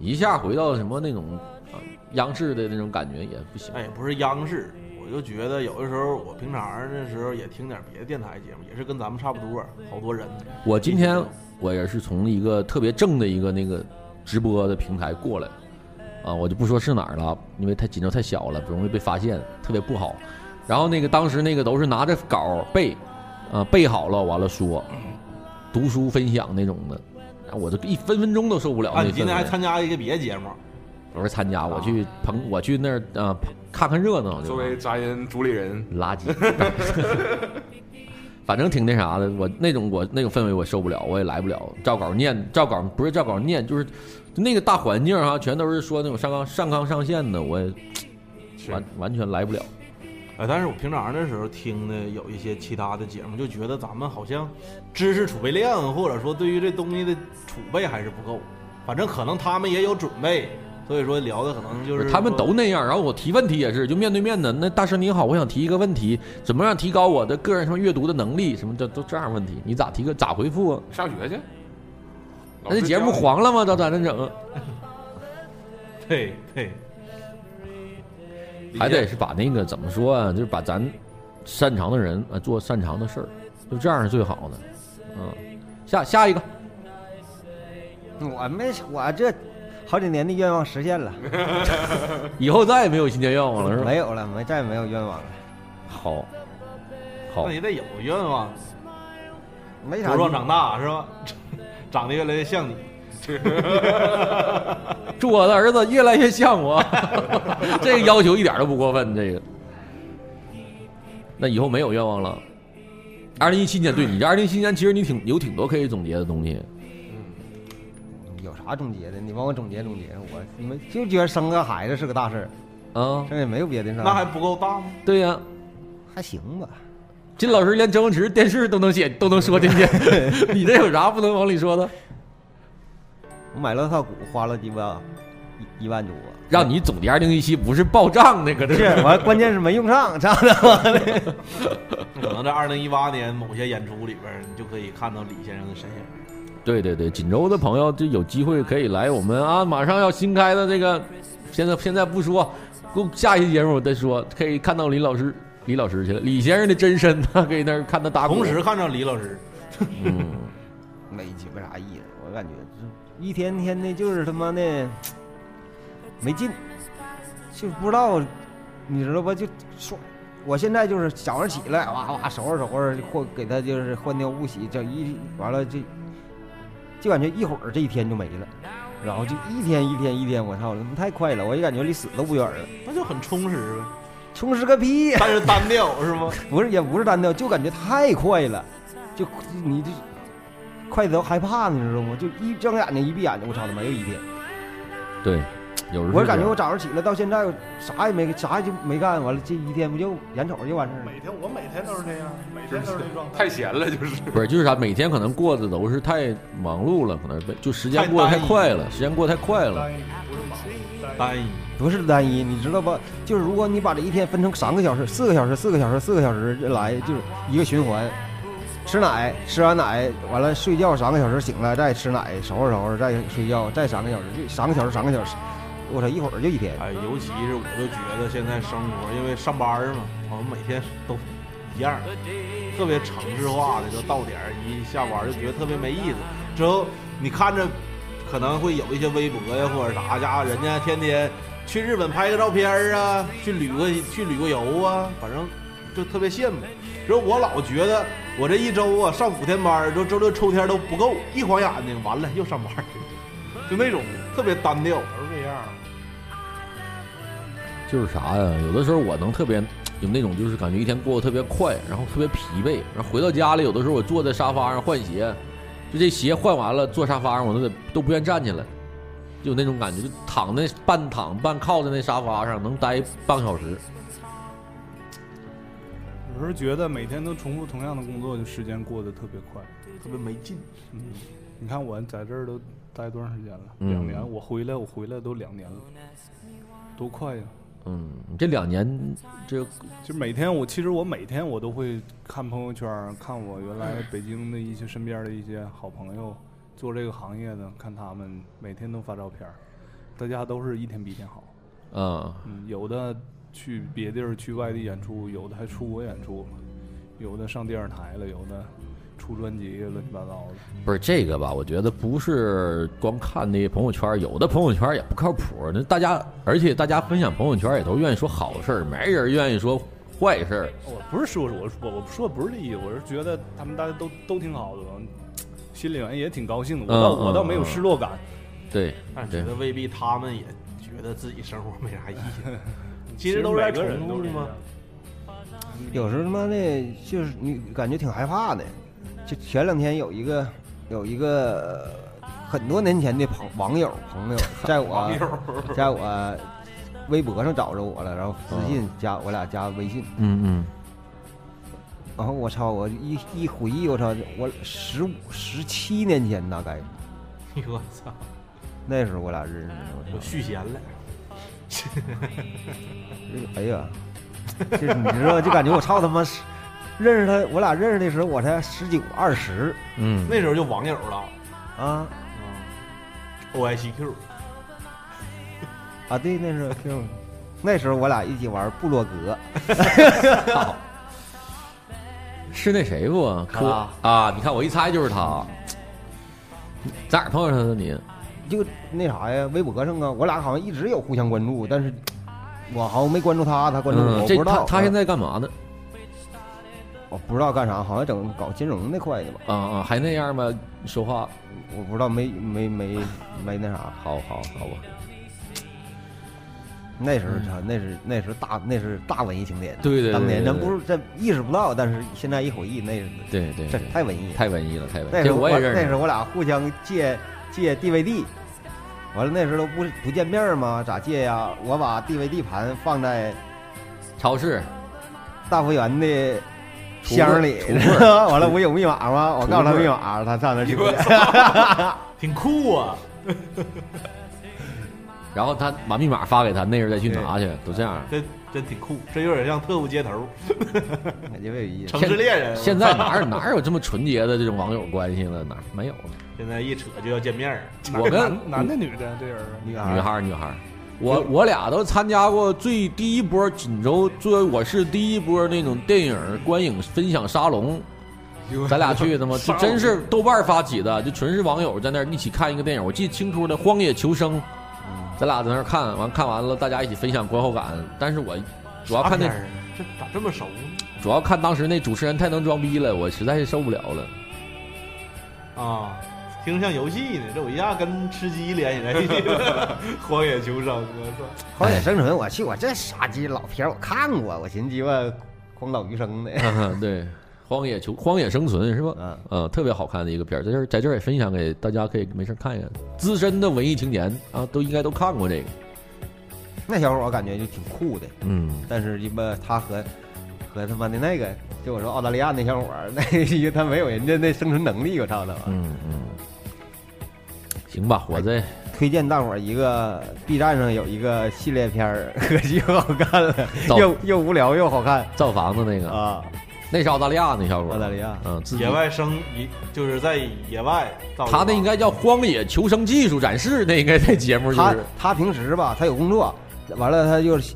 Speaker 8: 一下回到什么那种啊央视的那种感觉也不行。
Speaker 10: 哎，不是央视，我就觉得有的时候我平常的时候也听点别的电台节目，也是跟咱们差不多，好多人。
Speaker 8: 我今天我也是从一个特别正的一个那个直播的平台过来，啊，我就不说是哪儿了，因为太紧张太小了，容易被发现，特别不好。然后那个当时那个都是拿着稿儿背，啊，背好了完了说，读书分享那种的，啊我就一分分钟都受不了那
Speaker 10: 啊，你
Speaker 8: 氛
Speaker 10: 今天还参啊
Speaker 8: 围。
Speaker 10: 加一个别的节目，
Speaker 8: 不是参加，我去朋，我去那儿啊、看看热闹就
Speaker 9: 作为杂音主理人，
Speaker 8: 垃圾， <laughs> 反正挺那啥的。我那种我那种氛围我受不了，我也来不了。照稿念，照稿不是照稿念，就是那个大环境哈、全都是说那种上纲上纲上线的，我也完完全来不了。
Speaker 10: 呃，但是我平常的时候听的有一些其他的节目，就觉得咱们好像知识储备量啊或者说对于这东西的储备还是不够，反正可能他们也有准备，所以说聊的可能就
Speaker 8: 不
Speaker 10: 是
Speaker 8: 是他们
Speaker 10: 说
Speaker 8: 都那样，然后我提问题也是，就面对面的。那大师您好，我想提一个问题，怎么样提高我的个人什么阅读的能力？什么这都这样问题，你咋提个咋回复啊？
Speaker 9: 上学去。
Speaker 10: 哦
Speaker 8: 那这节目黄了吗？咋咋那整啊？
Speaker 10: 对对，
Speaker 8: 还得是把那个怎么说啊，就是把咱擅长的人啊做擅长的事儿，就这样是最好的。嗯，下下一个，
Speaker 11: 我没，我这好几年的愿望实现了，
Speaker 8: 以后再也没有新年愿望了，是吧？
Speaker 11: 没有了，没再也没有愿望了，
Speaker 8: 好，好哦
Speaker 10: 那，也得有愿望，
Speaker 11: 没啥
Speaker 10: 茁。壮长大是吧？ <laughs> 长得越来越像你，
Speaker 8: 祝我的儿子越来越像我。 <laughs> 这个要求一点都不过分，这个。那以后没有愿望了。二零一七年，对你这二零一七年，其实你挺有挺多可以总结的东西。
Speaker 11: 有啥总结的？你帮我总结总结，我你们就觉得生个孩子是个大事儿，
Speaker 8: 啊，
Speaker 11: 这也没有别的事儿，
Speaker 10: 那还不够大吗？
Speaker 8: 对呀、
Speaker 11: 还行吧。
Speaker 8: 金老师连周星驰电视都能写，都能说进去， <laughs> 你这有啥不能往里说的？
Speaker 11: 我买乐套股花了鸡巴一一万多，
Speaker 8: 让你总结二零一七不是报账那个，这
Speaker 11: <laughs> 是完，关键是没用上，操他妈的！
Speaker 10: 那可能在二零一八年某些演出里边儿，你就可以看到李先生的身影。
Speaker 8: 对对对，锦州的朋友就有机会可以来我们啊，马上要新开的这个，现在现在不说，过下一期节目我再说，可以看到李老师，李老师去了，李先生的真身，他可以那儿看他打鼓。
Speaker 10: 同时，看着李老师，
Speaker 8: 嗯，
Speaker 11: <laughs> 没鸡巴啥意思，我感觉这一天天的，就是他妈的没劲，就不知道，你知道吧？就说，我现在就是早上起来，哇哇收拾收拾，或给他就是换尿不洗，这一完了这，就感觉一会儿这一天就没了，然后就一天一天一天，我操，太快了，我就感觉离死都不远了，
Speaker 10: 那就很充实 <laughs> 呗。
Speaker 11: 充实个屁呀！
Speaker 10: 但是单调是吗？
Speaker 11: 不是也不是单调，就感觉太快了，就你这快得都害怕，你知道吗？就一睁眼睛一闭眼睛，我操他妈又一天。
Speaker 8: 对，有时候
Speaker 11: 我感觉我早上起来到现在我啥也没啥就没干，完了这一天不就眼瞅就完事儿了？
Speaker 12: 每天我每天都是这样，每天都是这状态。
Speaker 9: 太闲了，就是
Speaker 8: 不是就是啥，每天可能过得都是太忙碌了，可能被就时间过得太快了，时间过得太快
Speaker 12: 单。
Speaker 8: 了
Speaker 12: 一不是忙碌，单
Speaker 10: 单一
Speaker 11: 不是单一，你知道吧？就是如果你把这一天分成三个小时、四个小时、四个小时、四个小时这来，就是一个循环。吃奶，吃完奶完了睡觉三个小时，醒来再吃奶，收拾收拾再睡觉，再三个小时，就三个小时三个小时，我操，一会儿就一天。
Speaker 10: 哎，尤其是我就觉得现在生活，因为上班儿嘛，我们每天都一样，特别城市化的，就到点儿一下班就觉得特别没意思。之后你看着可能会有一些微博呀或者啥家伙，人家天天去日本拍个照片儿啊，去旅个去旅个游啊，反正就特别羡慕。之后我老觉得我这一周啊上五天班儿，之后周六抽天都不够，一晃眼睛完了又上班儿，就那种特别单调。
Speaker 12: 都是这样。
Speaker 8: 就是啥呀？有的时候我能特别有那种，就是感觉一天过得特别快，然后特别疲惫，然后回到家里，有的时候我坐在沙发上换鞋，就这鞋换完了，坐沙发上我都得都不愿站起来，就有那种感觉，就躺在半躺半靠在那沙发上，能待半个小时。
Speaker 12: 有时候觉得每天都重复同样的工作，就时间过得特别快，
Speaker 10: 特别没劲。
Speaker 12: 嗯，你看我在这儿都待多长时间了？
Speaker 8: 嗯
Speaker 12: 两年，我回来我回来都两年了，
Speaker 10: 嗯
Speaker 12: 多快呀！
Speaker 8: 嗯，你这两年这
Speaker 12: 就每天我其实我每天我都会看朋友圈，看我原来北京的一些身边的一些好朋友，做这个行业的，看他们每天都发照片儿，大家都是一天比一天好。
Speaker 8: 啊，
Speaker 12: 嗯，有的去别地儿去外地演出，有的还出国演出了，有的上电视台了，有的出专辑乱七八糟的。
Speaker 8: 不是这个吧？我觉得不是光看那朋友圈，有的朋友圈也不靠谱。那大家，而且大家分享朋友圈也都愿意说好事儿，没人愿意说坏事儿。
Speaker 12: 我不是说我我我说的不是利益，我是觉得他们大家都都挺好的，心里面也挺高兴的。我倒、
Speaker 8: 嗯嗯
Speaker 12: 我倒没有失落感。
Speaker 8: 对，
Speaker 10: 但
Speaker 8: 对
Speaker 10: 觉得未必他们也觉得自己生活没啥
Speaker 12: <laughs>
Speaker 10: 意义。
Speaker 12: 其
Speaker 10: 其实
Speaker 12: 实
Speaker 10: 都是
Speaker 12: 每
Speaker 10: 在
Speaker 12: 个
Speaker 10: 重
Speaker 12: 人
Speaker 10: 复
Speaker 12: 都
Speaker 10: 的
Speaker 12: 是
Speaker 10: 吗？
Speaker 11: 有时候他妈的，就是你感觉挺害怕的。就前两天有一个有一个呃很多年前的朋网友朋
Speaker 10: <laughs>
Speaker 11: 友，在我
Speaker 10: 网友
Speaker 11: 在我微博上找着我了，然后私信加我俩加微信，
Speaker 8: 嗯嗯。
Speaker 11: 然后我操，我一一回忆，我操，我十五十七年前大概
Speaker 10: 哎呦我操！
Speaker 11: 那时候我俩认识的，我操
Speaker 10: 我续弦
Speaker 12: <laughs>
Speaker 10: 了。
Speaker 11: 哎呀，就是你知道，就感觉我操他妈是，认识他，我俩认识的时候我才十九二十
Speaker 8: 嗯
Speaker 10: 那时候就网友了
Speaker 11: 啊
Speaker 12: 嗯
Speaker 10: ，O I C Q，
Speaker 11: 啊，对，那时候 Q，那时候我俩一起玩部落格，
Speaker 8: 是那谁不？
Speaker 11: 看
Speaker 8: 科
Speaker 11: 了
Speaker 8: 啊！你看我一猜就是他，在哪儿碰上他的你？
Speaker 11: 就那啥呀，微博上啊，我俩好像一直有互相关注，但是我好像没关注他，他关注我，
Speaker 8: 嗯，
Speaker 11: 我不
Speaker 8: 这
Speaker 11: 知
Speaker 8: 他
Speaker 11: 道
Speaker 8: 他现在干嘛呢？
Speaker 11: 我不知道干啥，好像整搞金融那块的吧，
Speaker 8: 啊啊，还那样吗？说话，
Speaker 11: 我不知道没没没没那啥。
Speaker 8: 好好好吧。
Speaker 11: 那时候他那是那是大那是大文艺青年，
Speaker 8: 嗯对对对
Speaker 11: 当年
Speaker 8: 对
Speaker 11: 咱
Speaker 8: 对
Speaker 11: 不是这意识不到，但是现在一回忆，那是
Speaker 8: 对对
Speaker 11: 这
Speaker 8: 对，
Speaker 11: 太文艺了。
Speaker 8: 太文艺了，太文
Speaker 11: 那
Speaker 8: 艺。
Speaker 11: 时
Speaker 8: 这
Speaker 11: 候
Speaker 8: 我也认
Speaker 11: 那时
Speaker 8: 识。
Speaker 11: 候我俩互相借借 DVD，完了那时候都不不见面嘛，咋借呀？我把 DVD 盘放在
Speaker 8: 超市
Speaker 11: 大福园的箱里
Speaker 8: 橱柜橱，柜
Speaker 11: <laughs> 完了我有密码吗？我告诉他密码，他上那去不了。
Speaker 10: 挺酷啊！
Speaker 8: 然后他把密码发给他，那人再去拿去，都这样。
Speaker 10: 真真挺酷，这有点像特务街头、
Speaker 11: 感觉没有意思。
Speaker 10: 城市猎人。
Speaker 8: 现
Speaker 11: <laughs>
Speaker 8: 在哪有哪有这么纯洁的这种网友关系了？哪没有了？
Speaker 10: 现在一扯就要见面儿，
Speaker 8: 我跟
Speaker 12: 男男的女的这人
Speaker 11: 女
Speaker 8: 女
Speaker 11: 孩，
Speaker 8: 孩儿女孩儿，我我俩都参加过最第一波锦州，作为我市第一波那种电影观影分享沙龙， <laughs> 咱俩去他
Speaker 12: <laughs>
Speaker 8: 妈就真
Speaker 9: <laughs>
Speaker 8: 是豆瓣儿发起的，就纯是网友在那儿一起看一个电影，我记得清楚的《荒野求生》，咱俩在那儿看完看完了，大家一起分享观后感。但是我主要
Speaker 10: 啥
Speaker 8: 看那
Speaker 10: 片儿啊这咋这么熟呢？
Speaker 8: 主要看当时那主持人太能装逼了，我实在是受不了了。
Speaker 10: 啊，听着像游戏呢，这我一下跟吃鸡联系在一起了， <laughs> 《荒野求生》我操！
Speaker 11: 荒野生存，我去，我这傻鸡老片儿我看过，我寻鸡巴荒岛余生的。
Speaker 8: 对，《荒野求荒野生存》是吧？
Speaker 11: 嗯
Speaker 8: 嗯，特别好看的一个片儿，在这儿在这儿也分享给大家，可以没事儿看一看。资深的文艺青年啊，都应该都看过这个。
Speaker 11: 那小伙儿我感觉就挺酷的，
Speaker 8: 嗯，
Speaker 11: 但是鸡巴他和和他妈的那个，就我说澳大利亚那小伙儿， <laughs> 那一个他没有人家那生存能力，我操他妈！
Speaker 8: 嗯嗯，行吧，我再
Speaker 11: 推荐大伙儿一个 B 站上有一个系列片儿， <laughs> 可惜又好看了，
Speaker 8: 造
Speaker 11: 又又无聊又好看
Speaker 8: 造房子那个，
Speaker 11: 啊！
Speaker 8: 那是澳大利亚那小伙儿，
Speaker 11: 澳大利亚
Speaker 8: 嗯，自己
Speaker 10: 野外生一就是在野外造的吧，
Speaker 8: 他那应该叫《荒野求生技术展示》，那应该在节目就
Speaker 11: 他
Speaker 8: 是
Speaker 11: 他平时吧，他有工作，完了他就是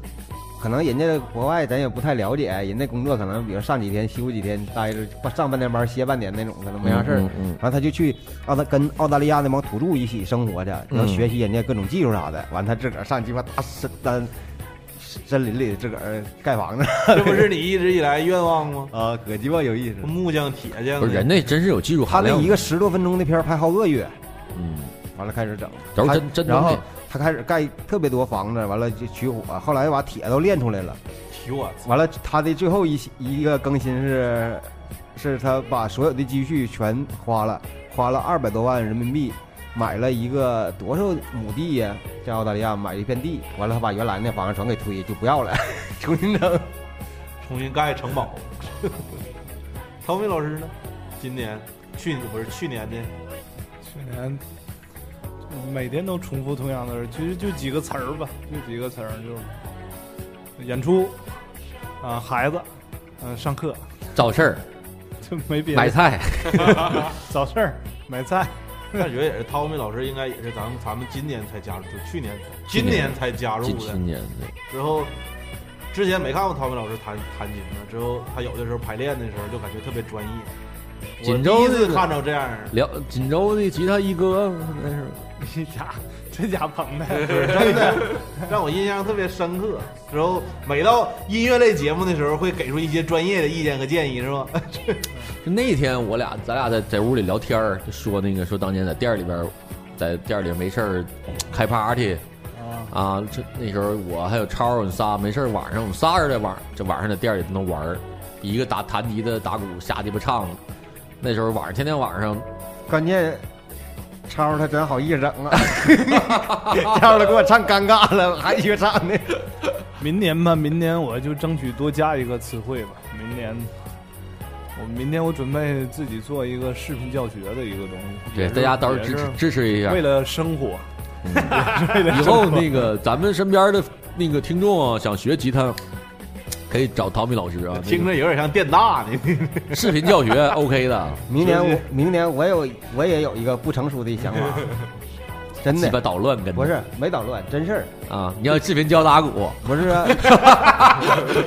Speaker 11: 可能人家国外咱也不太了解，人家工作可能比如上几天休几天，待着上半天班歇半年那种，可能没啥事儿。
Speaker 13: 嗯嗯嗯
Speaker 11: 完他就去澳大跟澳大利亚那帮土著一起生活去，然后学习人家各种技术啥的。完他自个儿上鸡巴大森山森林里自个儿盖房子，
Speaker 10: 这不是嗯你一直以来愿望
Speaker 8: <laughs>
Speaker 10: 吗？
Speaker 11: <laughs> 啊，可鸡巴有意思。
Speaker 10: 木匠、铁
Speaker 8: 嗯
Speaker 10: 匠，
Speaker 8: 不是人那真是有技术
Speaker 11: 他
Speaker 8: 含
Speaker 11: 那
Speaker 8: 量的。
Speaker 11: 一个十多分钟的片儿拍好个月，
Speaker 8: 嗯，
Speaker 11: 完了开始整，
Speaker 8: 都是
Speaker 11: 他
Speaker 8: 真真
Speaker 11: 然
Speaker 8: 东西
Speaker 11: 后他开始盖特别多房子，完了就取火，后来把铁都炼出来了。
Speaker 10: 提我
Speaker 11: 完了，他的最后一一个更新是，是他把所有的积蓄全花了，花了二百多万人民币，买了一个多少亩地呀、在澳大利亚买了一片地，完了他把原来那房子全给推就不要了， <laughs> 重新整。
Speaker 10: 重新盖城堡。 <laughs> 陶明老师呢？今年、去不是去年的
Speaker 12: 去年每天都重复同样的事，其实就几个词儿吧，就几个词儿，就是演出啊、孩子，嗯、上课， <laughs>
Speaker 8: 找事儿，
Speaker 12: 就没别的。
Speaker 8: 买菜
Speaker 12: 找事儿，买菜。
Speaker 10: 感觉也是 <laughs> 陶明老师，应该也是咱们咱们今年才加入，就去年
Speaker 8: 去
Speaker 10: 今
Speaker 8: 年
Speaker 10: 年才加入
Speaker 8: 今
Speaker 10: 的。
Speaker 8: 今年对
Speaker 10: 然后之前没看过陶明老师弹弹琴呢，之后他有的时候排练的时候就感觉特别专业。我
Speaker 8: 锦州
Speaker 10: 第一次
Speaker 8: 那个
Speaker 10: 看着这样儿，
Speaker 8: <laughs> 辽锦州的吉他一哥那是，
Speaker 12: 这家这家捧的，
Speaker 10: 真的让我印象特别深刻。然后每到音乐类节目的时候，会给出一些专业的意见和建议，是吧？ <laughs>
Speaker 8: 就那天我俩咱俩在在屋里聊天儿，就说那个说当年在店儿里边儿，在店儿里没事儿开 party。啊，这那时候我还有超儿，我们仨没事儿晚上我们仨人在晚这晚上在店儿里都能玩儿，一个打弹吉他打鼓瞎鸡巴唱，那时候晚上天天晚上
Speaker 11: 关键超儿他真好意思整 <laughs> 啊，超儿他给我唱尴尬了，我还以为唱呢。
Speaker 12: 明年吧，明年我就争取多加一个词汇吧。明年，我明年我准备自己做一个视频教学的一个东西，
Speaker 8: 对
Speaker 12: 也是
Speaker 8: 大家到时候
Speaker 12: 也
Speaker 8: 支持
Speaker 12: 是
Speaker 8: 支持一下嗯
Speaker 12: 为了生活， <laughs> 为了
Speaker 8: 以
Speaker 12: 生
Speaker 8: 后
Speaker 12: 活
Speaker 8: 那个咱们身边的那个听众啊，想学吉他，可以找陶米老师啊。
Speaker 10: 听着有点像电大呢。
Speaker 8: 视频教学 OK 的。
Speaker 11: 明年我明年我有我也有一个不成熟的想法，
Speaker 8: <laughs>
Speaker 11: 真的
Speaker 8: 鸡巴捣乱跟着
Speaker 11: 不是没捣乱，
Speaker 8: <laughs>
Speaker 11: 真事儿
Speaker 8: 啊！你要视频教打鼓，
Speaker 11: 不是啊？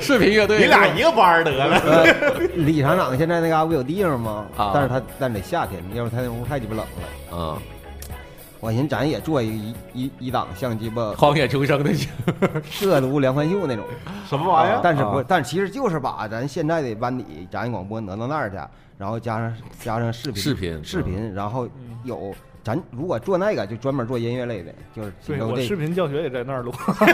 Speaker 8: <laughs> 视频乐队，
Speaker 10: <laughs> 你俩一个班儿得了。
Speaker 11: 呃李厂长现在那嘎不有地方吗？
Speaker 8: 啊
Speaker 11: 但是他但得夏天，要不他那屋太鸡巴冷
Speaker 8: 了。啊，
Speaker 11: 我寻思咱也做一个一一一档像
Speaker 8: <laughs>
Speaker 11: 鸡巴
Speaker 8: 啊荒野求生的，
Speaker 11: 涉炉梁欢秀那种，
Speaker 10: <laughs> 什么玩意儿
Speaker 11: 但是不
Speaker 10: 啊，
Speaker 11: 但其实就是把咱现在的班底杂音广播挪到那儿去，然后加上加上视频
Speaker 8: 视频嗯
Speaker 11: 视频，然后有咱如果做那个就专门做音乐类的，就是
Speaker 12: 对
Speaker 11: 锦州
Speaker 12: 我
Speaker 11: 这
Speaker 12: 视频教学也在那儿
Speaker 10: <laughs>
Speaker 12: 录，
Speaker 8: 合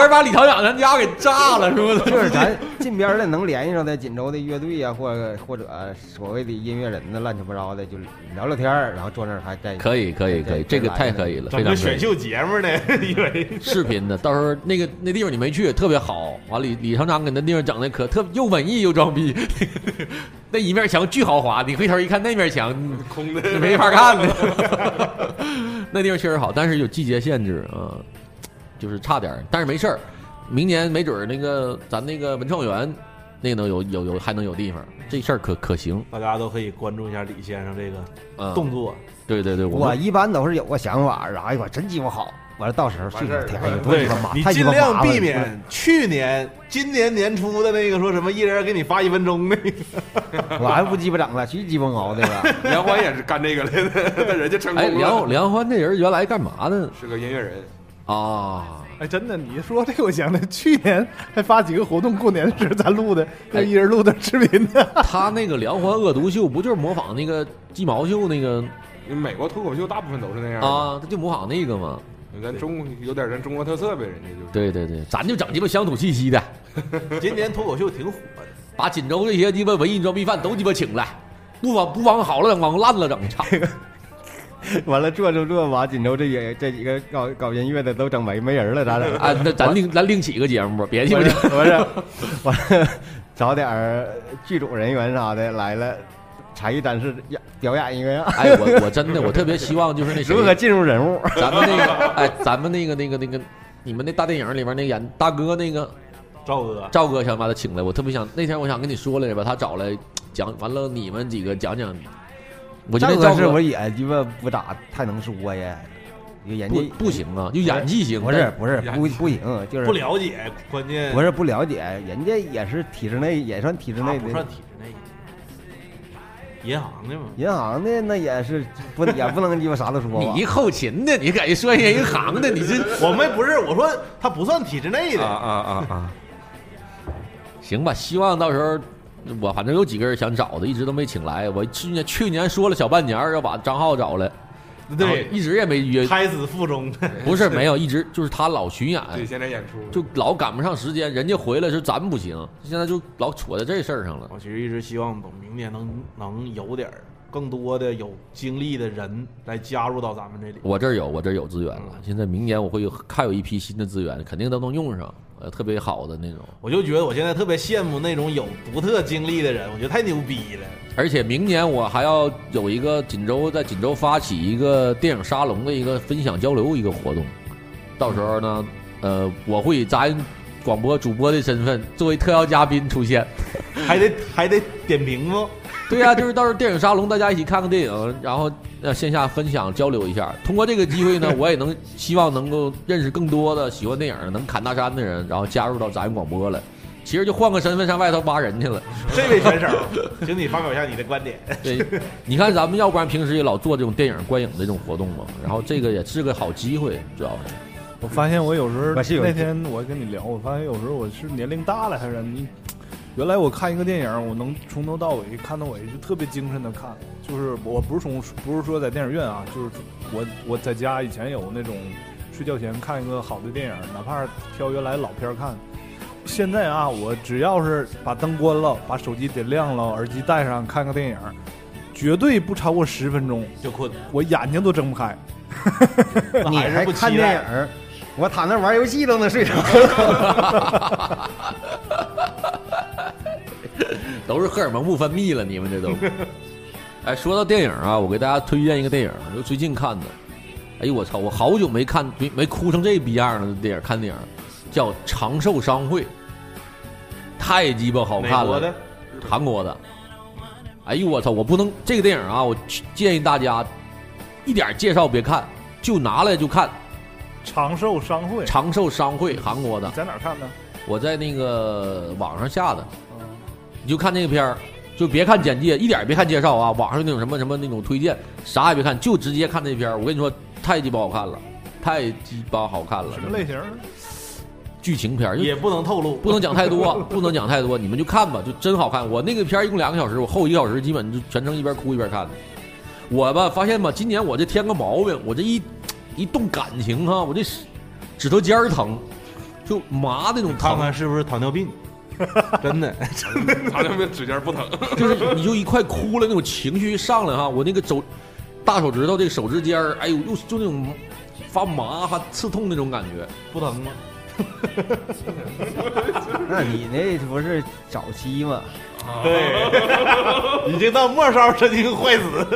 Speaker 8: 着把李厂长咱家给炸了是不啊是？
Speaker 11: <laughs> 就是咱近边儿的能联系上的锦州的乐队呀、或者或者所谓的音乐人的乱七八糟的，就聊聊天儿，然后坐那儿还在
Speaker 8: <laughs> 可以可以可以，这个太可以了，非常
Speaker 10: 整个
Speaker 8: 可 <laughs>
Speaker 10: 选
Speaker 8: 以。
Speaker 10: 秀节目呢，以
Speaker 12: <laughs>
Speaker 10: 为
Speaker 8: 视频的，到时候那个那地方你没去，特别好。完李李厂长给那地方整的可特又文艺又装逼， <laughs> 那一面墙巨豪华，你回头一看那面墙
Speaker 14: 空的
Speaker 8: 你 <laughs> 没法看
Speaker 12: <laughs>
Speaker 8: 的。那地方确实好，但是有季节限制啊、就是差点儿，但是没事儿，明年没准儿那个咱那个文创园那个能有有有还能有地方，这事儿可可行。
Speaker 10: 大家都可以关注一下李先生这
Speaker 8: 嗯
Speaker 10: 个动作。
Speaker 8: 对对对，
Speaker 11: 我
Speaker 8: 们
Speaker 11: 一般都是有个想法，然后哎呦我真鸡巴好，完了到时候去
Speaker 10: 完事
Speaker 11: 天
Speaker 10: 儿
Speaker 11: 哎呦多
Speaker 10: 对
Speaker 11: 鸡巴麻，
Speaker 10: 你
Speaker 11: 太鸡
Speaker 10: 尽
Speaker 11: 巴
Speaker 10: 量
Speaker 11: 麻烦了
Speaker 10: 避免去年、今年年初的那个说什么一人给你发一分钟那个，
Speaker 11: 我还不鸡巴整了，谁鸡巴熬的了？
Speaker 14: 梁欢也是干这个来
Speaker 9: <laughs>
Speaker 14: 的，但人家成功
Speaker 8: 哎，
Speaker 14: 了。
Speaker 8: 梁梁欢这人原来干嘛的？
Speaker 14: 是个音乐人，
Speaker 8: 啊，
Speaker 12: <laughs> 哎，真的，你说这个，我想的，去年还发几个活动，过年时咱录的，
Speaker 10: 哎
Speaker 12: 那一人录的视频呢。
Speaker 8: <laughs> 他那个梁欢恶毒秀不就是模仿那个鸡毛秀那个
Speaker 9: 因为美国脱口秀大部分都是那样的，
Speaker 8: 啊？他就模仿那个嘛。
Speaker 9: 咱中有点咱中国特色呗，人家就是。
Speaker 8: 对对对，咱就整鸡巴乡土气息的，
Speaker 10: 今年脱口秀挺火的，
Speaker 8: 把锦州这些鸡巴文艺装逼犯都鸡巴请来，不往不往好了整，往烂了整，
Speaker 11: <laughs>
Speaker 8: 操！
Speaker 11: <laughs> 完了做做做，完锦州这也这几个搞搞音乐的都整没没人了，咋
Speaker 8: <laughs>
Speaker 11: 整？
Speaker 8: 啊，那咱另咱另起一个节目吧，别鸡巴
Speaker 11: 不是
Speaker 8: 整
Speaker 11: 不是，完了找点儿剧组人员啥的来了，才艺展示呀表演一个呀。
Speaker 8: 哎，我我真的我特别希望就是那谁
Speaker 11: 如何进入人物，
Speaker 8: 咱们那个，哎，咱们那个那个那个，你们那大电影里边那演大哥那个
Speaker 10: 赵哥，
Speaker 8: 赵哥想把他请来，我特别想那天我想跟你说来着吧，他找来讲完了你们几个讲讲，我觉得
Speaker 11: 赵
Speaker 8: 赵
Speaker 11: 是
Speaker 8: 哥
Speaker 11: 我也鸡巴不咋太能说呀，人
Speaker 8: 不
Speaker 11: 家
Speaker 8: 不行啊，就演技行。
Speaker 11: 不是不是不不行，就是
Speaker 10: 不了解，关键
Speaker 11: 不是不了解，人家也是体制内，也算体制
Speaker 10: 他
Speaker 11: 内
Speaker 10: 不
Speaker 11: 的，
Speaker 10: 算体制内的，银行的嘛。
Speaker 11: 银行的那也是不也不能鸡巴啥都说吧。
Speaker 8: 你一后勤的，你敢说人银行的？你这
Speaker 10: 我们不是我说他不算体制内的，
Speaker 8: 啊啊！行吧，希望到时候我反正有几个人想找的，一直都没请来。我去年去年说了小半年儿要把张浩找来，然后
Speaker 10: 对，
Speaker 8: 一直也没约。
Speaker 10: 胎死腹中。
Speaker 8: 不是没有，一直就是他老巡演，
Speaker 9: 对，现在演出
Speaker 14: <laughs>
Speaker 8: 就老赶不上时间。人家回来是咱们不行，现在就老杵在这事儿上了。
Speaker 10: 我其实一直希望等明年能能有点儿更多的有经历的人来加入到咱们这里。
Speaker 8: 我这儿有，我这儿有资源了。现在明年我会有看有一批新的资源，肯定都能用上，呃，特别好的那种。
Speaker 10: 我就觉得我现在特别羡慕那种有独特经历的人，我觉得太牛逼了。
Speaker 8: 而且明年我还要有一个锦州，在锦州发起一个电影沙龙的一个分享交流一个活动，到时候呢，呃，我会以咱广播主播的身份作为特邀嘉宾出现，
Speaker 10: 还得还得点评吗？
Speaker 8: 对呀、就是到时候电影沙龙大家一起看看电影，然后呃线下分享交流一下。通过这个机会呢，我也能希望能够认识更多的喜欢电影的能侃大山的人，然后加入到咱广播来。其实就换个身份上外头挖人去了。
Speaker 10: 这位选手， <laughs> 请你发表一下你的观点。
Speaker 8: 对，你看咱们要不然平时也老做这种电影观影的这种活动嘛，然后这个也是个好机会，主要是。
Speaker 12: 我发现我有时候
Speaker 8: 我是有
Speaker 12: 那天我跟你聊，我发现有时候我是年龄大了还是你，原来我看一个电影，我能从头到尾看到尾，就特别精神的看。就是我不是从不是说在电影院啊，就是我我在家以前有那种睡觉前看一个好的电影，哪怕是挑原来老片儿看。现在啊，我只要是把灯关了，把手机点亮了，耳机戴上，看个电影，绝对不超过十分钟
Speaker 10: 就困，
Speaker 12: 我眼睛都睁不开。
Speaker 11: 你还看电影儿？我躺那玩游戏都能睡着。
Speaker 8: 都是荷尔蒙不分泌了，你们这都。哎，说到电影啊，我给大家推荐一个电影，就最近看的。哎呦我操，我好久没看没没哭成这逼样了的电影，看电影叫《长寿商会》，太鸡巴好看
Speaker 10: 美国
Speaker 8: 了
Speaker 10: 的，
Speaker 8: 韩国的。哎呦我操，我不能这个电影啊，我建议大家一点介绍别看，就拿来就看。
Speaker 12: 长寿商会，
Speaker 8: 长寿商会，韩国的。
Speaker 12: 在哪儿看嗯的？
Speaker 8: 我在那个网上下的，你就看那个片儿，就别看简介，一点儿别看介绍啊。网上那种什么什么那种推荐，啥也别看，就直接看那片儿。我跟你说，太鸡巴好看了，太鸡巴好看了。
Speaker 12: 什么类型？
Speaker 8: 剧情片儿
Speaker 10: 也不能透露，
Speaker 8: 不能讲太多，不能讲太多，你们就看吧，就真好看。我那个片儿一共两个小时，我后一个小时基本就全程一边哭一边看的。我吧发现吧，今年我这添个毛病，我这一一动感情哈、我这指指头尖儿疼，就麻那种
Speaker 10: <laughs>
Speaker 8: 疼。
Speaker 10: 看看是不是糖
Speaker 8: <laughs>
Speaker 10: 尿病？真的，
Speaker 14: 糖尿病指尖不疼，
Speaker 8: 就是你就一块哭了那种情绪一上来哈，我那个手大手指头这个手指尖儿，哎呦，又就那种发麻发刺痛那种感觉，
Speaker 10: 不疼啊吗？
Speaker 11: <laughs> 那你那不是早期吗？
Speaker 10: 啊 <laughs> 对，已经到末梢神经坏死。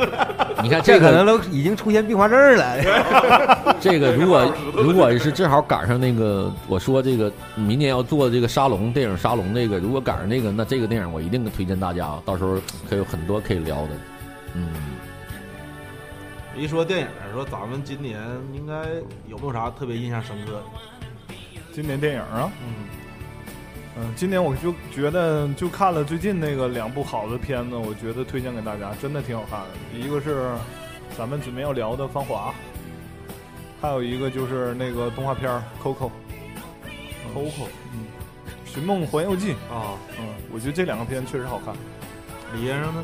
Speaker 8: 你看这个
Speaker 11: 可能都已经出现并发症了。
Speaker 8: 这个如果如果是正好赶上那个我说这个明年要做的这个沙龙电影沙龙那个，如果赶上那个，那这个电影我一定推荐大家啊，到时候可以有很多可以聊的。嗯，
Speaker 10: <laughs> 一说电影，说咱们今年应该有没有啥特别印象深刻的？
Speaker 12: 今年电影啊，
Speaker 10: 嗯
Speaker 12: 嗯，今年我就觉得就看了最近那个两部好的片子，我觉得推荐给大家，真的挺好看的。一个是咱们准备要聊的《芳华》，还有一个就是那个动画片儿《Coco》，《Coco》嗯，《寻梦环游记》
Speaker 10: 啊，
Speaker 12: 嗯，我觉得这两个片确实好看。
Speaker 10: 李先生呢？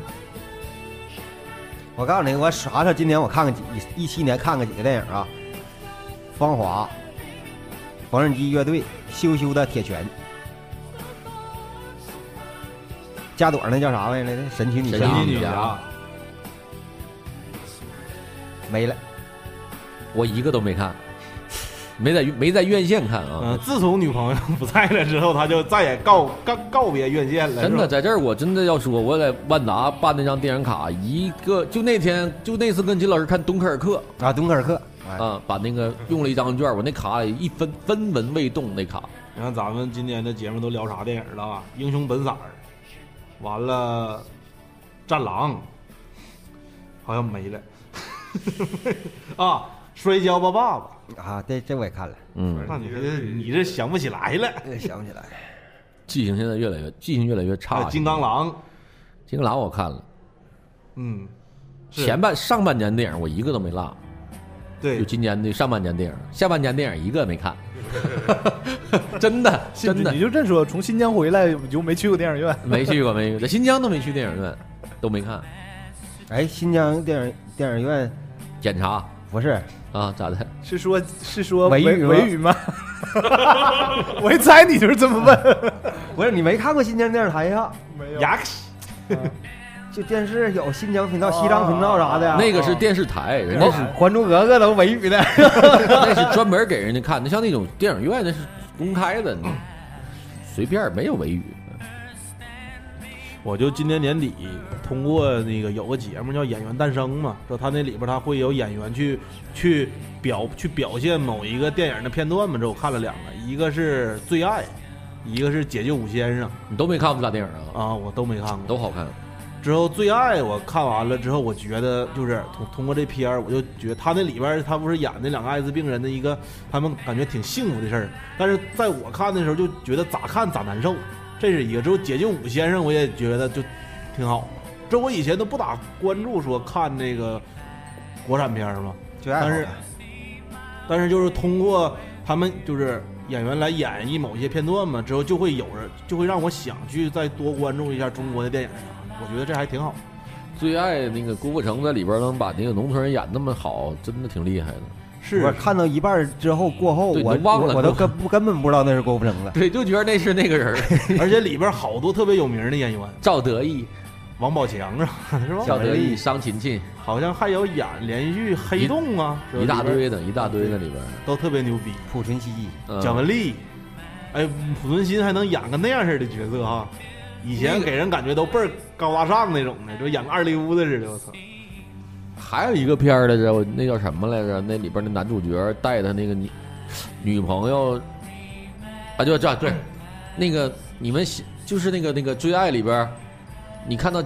Speaker 11: 我告诉你，我查查今年我看看几一七年看看几个电影啊，《芳华》，缝纫机乐队，《羞羞的铁拳》，加朵儿那叫啥玩意儿来着？神奇女侠，
Speaker 8: 神奇女
Speaker 10: 啊
Speaker 8: 啊侠
Speaker 11: 没了。
Speaker 8: 我一个都没看， <laughs> 没在没在院线看啊。
Speaker 10: 嗯、自从女朋友 <laughs> 不在了之后，他就再也告告告别院线了。
Speaker 8: 真
Speaker 10: 是
Speaker 8: 的，
Speaker 10: 吧
Speaker 8: 在这儿我真的要说，我在万达办那张电影卡，一个就那天就那次跟金老师看《敦刻尔克》
Speaker 11: 啊，《敦刻尔克》
Speaker 10: 哎
Speaker 8: 啊，把那个用了一张券，我那卡里一分分文未动，那卡
Speaker 10: 你看咱们今年的节目都聊啥电影了啊？《英雄本色》儿，完了，《 <laughs> 战狼》，好像没了。啊，摔跤吧爸爸》
Speaker 11: 啊，这这我也看了。
Speaker 8: 嗯
Speaker 10: 那你这你这想不起来了，
Speaker 8: 哎
Speaker 11: 想不起来。
Speaker 8: 记性现在越来越记性越来越差。
Speaker 10: 哎金刚狼，
Speaker 8: 金刚狼我看了，
Speaker 10: 嗯，是
Speaker 8: 前半上半年电影我一个都没落。
Speaker 10: 对，
Speaker 8: 就今年的上半年电影，下半年电影一个也没看，真的真的
Speaker 12: 你就这么说，从新疆回来你就没去过电影院，
Speaker 8: 没去过，没去过，在新疆都没去电影院，都没看。
Speaker 11: 哎，新疆电影电影院
Speaker 8: 检查
Speaker 11: 不是
Speaker 8: 啊？咋的？
Speaker 12: 是说，是说
Speaker 11: 维语吗
Speaker 12: 呃维语吗？ <laughs> 我一猜你就是这么问。
Speaker 11: 不是你没看过新疆电视台呀？
Speaker 12: 没
Speaker 10: 有。
Speaker 11: 就电视有新疆频道、西藏频道啥的呀。
Speaker 8: 那个是电视台，人
Speaker 10: 哦
Speaker 8: 家是
Speaker 11: 《还珠格格》都维语的，
Speaker 8: 那是专门给人家看的，像那种电影院那是公开的，你随便没有维语。
Speaker 10: 我就今年年底通过那个有个节目叫《演员诞生》嘛，说他那里边他会有演员去去表去表现某一个电影的片段嘛。这我看了两个，一个是《最爱》，一个是《解救武先生》。
Speaker 8: 你都没看过这俩电影啊？
Speaker 10: 啊，我都没看过，
Speaker 8: 都好看。
Speaker 10: 之后《最爱》我看完了之后，我觉得就是通通过这片儿，我就觉得他那里边儿他不是演那两个艾滋病人的一个，他们感觉挺幸福的事儿，但是在我看的时候就觉得咋看咋难受，这是一个。之后《解救武先生》我也觉得就挺好，这我以前都不咋关注说看那个国产片儿嘛，
Speaker 11: 爱好
Speaker 10: 但是但是就是通过他们就是演员来演绎某一些片段嘛，之后就会有人就会让我想去再多关注一下中国的电影啥的，我觉得这还挺好。
Speaker 8: 最爱那个郭富城在里边能把那个农村人演那么好，真的挺厉害的。
Speaker 11: 我看到一半儿之后过后，
Speaker 8: 对
Speaker 11: 我
Speaker 8: 都忘了
Speaker 11: 我我都根不根本不知道那是郭富城了。
Speaker 8: 对，就觉得那是那个人儿，
Speaker 10: 而且里边好多特别有名的演员，
Speaker 8: 赵德义、
Speaker 10: 王宝强啊，是吧？
Speaker 8: 赵德义、，商勤勤，
Speaker 10: 好像还有演连续剧《黑洞》啊，
Speaker 8: 一大堆的，
Speaker 10: 是吧
Speaker 8: 一大堆的里边。
Speaker 10: 都特别牛逼。
Speaker 11: 濮存昕、
Speaker 8: 嗯
Speaker 10: 蒋雯丽，哎，濮存昕还能演个那样式的角色哈，以前给人感觉都倍儿高大上那种的，就演个二流子似的，我操！
Speaker 8: 还有一个片儿来着，我那叫什么来着？那里边的男主角带他那个女女朋友，啊，就这对，那个你们喜就是那个那个《追爱》里边儿，你看到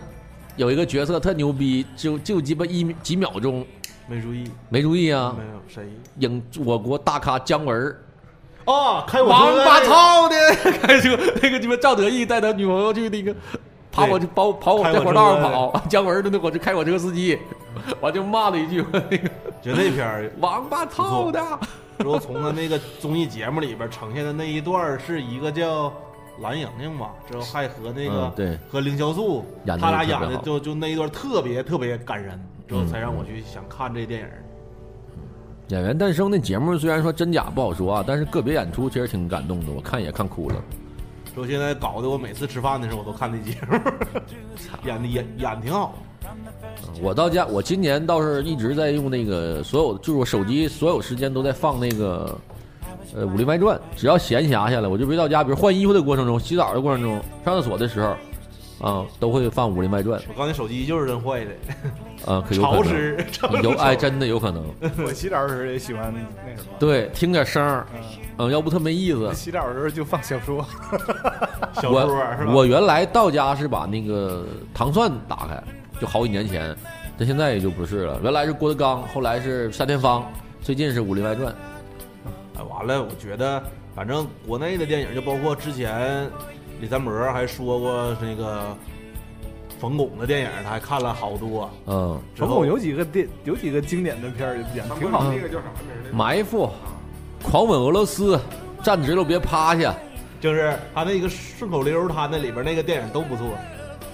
Speaker 8: 有一个角色特牛逼，就就鸡巴一几秒钟，
Speaker 10: 没注意，
Speaker 8: 没注意啊
Speaker 10: 没，有谁
Speaker 8: 影我国大咖姜文儿。
Speaker 10: 哦，开我
Speaker 8: 王
Speaker 10: 车
Speaker 8: 八
Speaker 10: 那个
Speaker 8: 操的， <laughs> 开车那个鸡巴赵德义带他女朋友去那个跑我跑跑我
Speaker 10: 开
Speaker 8: 在
Speaker 10: 火
Speaker 8: 火道上
Speaker 10: 车
Speaker 8: 跑， <laughs> 姜文儿的那火车开火车司机， <laughs> 完就骂了一句那个
Speaker 10: 觉得那片儿
Speaker 8: 王八操的，
Speaker 10: 之后从他那个综艺节目里边呈现的那一段儿是一个叫蓝莹莹吧，之后还和那个、
Speaker 8: 嗯对
Speaker 10: 和凌潇肃，
Speaker 8: 演得
Speaker 10: 他俩
Speaker 8: 特别
Speaker 10: 演
Speaker 8: 好
Speaker 10: 的就就那一段特别特别感人，之后
Speaker 8: 嗯
Speaker 10: 才让我去想看这电影儿。
Speaker 8: 演员诞生那节目虽然说真假不好说啊，但是个别演出其实挺感动的，我看也看哭了。
Speaker 10: 之后现在搞得我每次吃饭的时候我都看那节
Speaker 8: <laughs>
Speaker 10: 目，演的演演挺好。
Speaker 8: 我到家，我今年倒是一直在用那个所有，就是我手机所有时间都在放那个，呃，《武林外传》。只要闲暇下来，我就回到家，比如换衣服的过程中、洗澡的过程中、上厕所的时候，啊，都会放《武林外传》
Speaker 10: 我刚才手机就是真坏的，
Speaker 8: 啊，可有可
Speaker 10: 潮湿
Speaker 8: 能有哎，真的有可能。
Speaker 12: <laughs> 我洗澡的时候也喜欢那什么，
Speaker 8: 对，听点声儿，嗯，要不特没意
Speaker 12: <laughs>
Speaker 8: 思。
Speaker 12: 洗澡的时候就放小说，
Speaker 10: 小
Speaker 8: 我
Speaker 10: 说儿是吧？
Speaker 8: 我原来到家是把那个糖蒜打开，就好几年前，但现在也就不是了。原来是郭德纲，后来是夏天芳，最近是《武林外传》。
Speaker 10: 哎，完了，我觉得反正国内的电影，就包括之前李三博还说过那个冯巩的电影，他还看了好多。
Speaker 8: 嗯，
Speaker 10: 之
Speaker 12: 冯
Speaker 10: 后
Speaker 12: 巩有几个电有几个经典的片儿演得挺好的，
Speaker 14: 那个叫啥名儿？
Speaker 8: 埋伏、狂吻俄罗斯、站直了别趴下、
Speaker 10: 就是他那个顺口溜，他那里边那个电影都不错。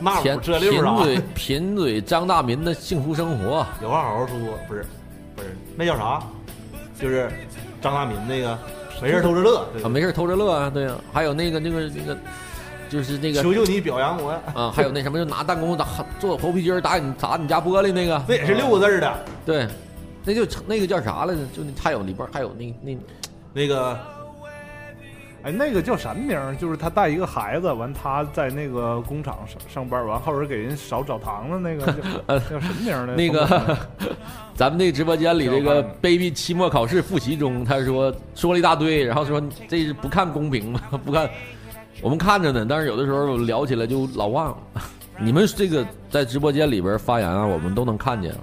Speaker 10: 那
Speaker 8: 贫
Speaker 10: 五这啊六
Speaker 8: 贫
Speaker 10: 啥，
Speaker 8: 嘴贫嘴张大民的幸福生活，
Speaker 10: <laughs> 有话好好说，不是不是，那叫啥？就是张大民那个没事偷着乐，对
Speaker 8: 啊，没事偷着乐啊，对啊，还有那个那个那个，就是那个
Speaker 10: 求求你表扬我， <laughs>
Speaker 8: 啊，还有那什么，就拿弹弓打做猴皮筋儿打你砸你家玻璃那个，
Speaker 10: 那也是六个字儿的。
Speaker 8: 对，那就成那个叫啥来着？就那他有里边儿还有那那
Speaker 10: 那个
Speaker 12: 哎，那个叫什么名儿？就是他带一个孩子，完他在那个工厂上上班，完后边给人少澡堂子那个叫叫什么名儿
Speaker 9: 呃
Speaker 12: 呢？
Speaker 8: 那
Speaker 12: 冯巩
Speaker 8: 个，咱们那直播间里这个 baby 期末考试复习中，他说说了一大堆，然后说这是不看公屏吗？ <laughs> 不看，我们看着呢，但是有的时候聊起来 <laughs> 就老忘了。你们这个在直播间里边发言啊，我们都能看见啊。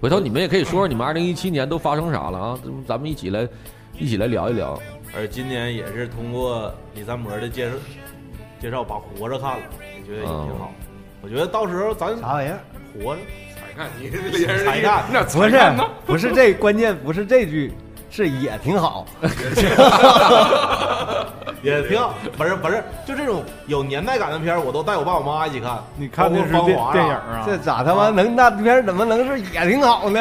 Speaker 8: 回头你们也可以说说你们二零一七年都发生啥了啊？这不咱们一起来，一起来聊一聊。
Speaker 10: 而今年也是通过李三伯的介绍，介绍把《活着》看了，我觉得也挺好。我觉得到时候咱
Speaker 11: 啥玩意儿？
Speaker 10: 活着
Speaker 14: 才看你这脸
Speaker 10: 才干
Speaker 14: 那
Speaker 11: 不是不是这关键不是这句，是也挺好。
Speaker 10: 也挺好，不是不是，就这种有年代感的片儿，我都带我爸我妈一起看。你
Speaker 11: 看
Speaker 10: 的
Speaker 11: 的是电电影啊这咋他妈能
Speaker 10: 那
Speaker 11: 片儿怎么能是也挺好呢？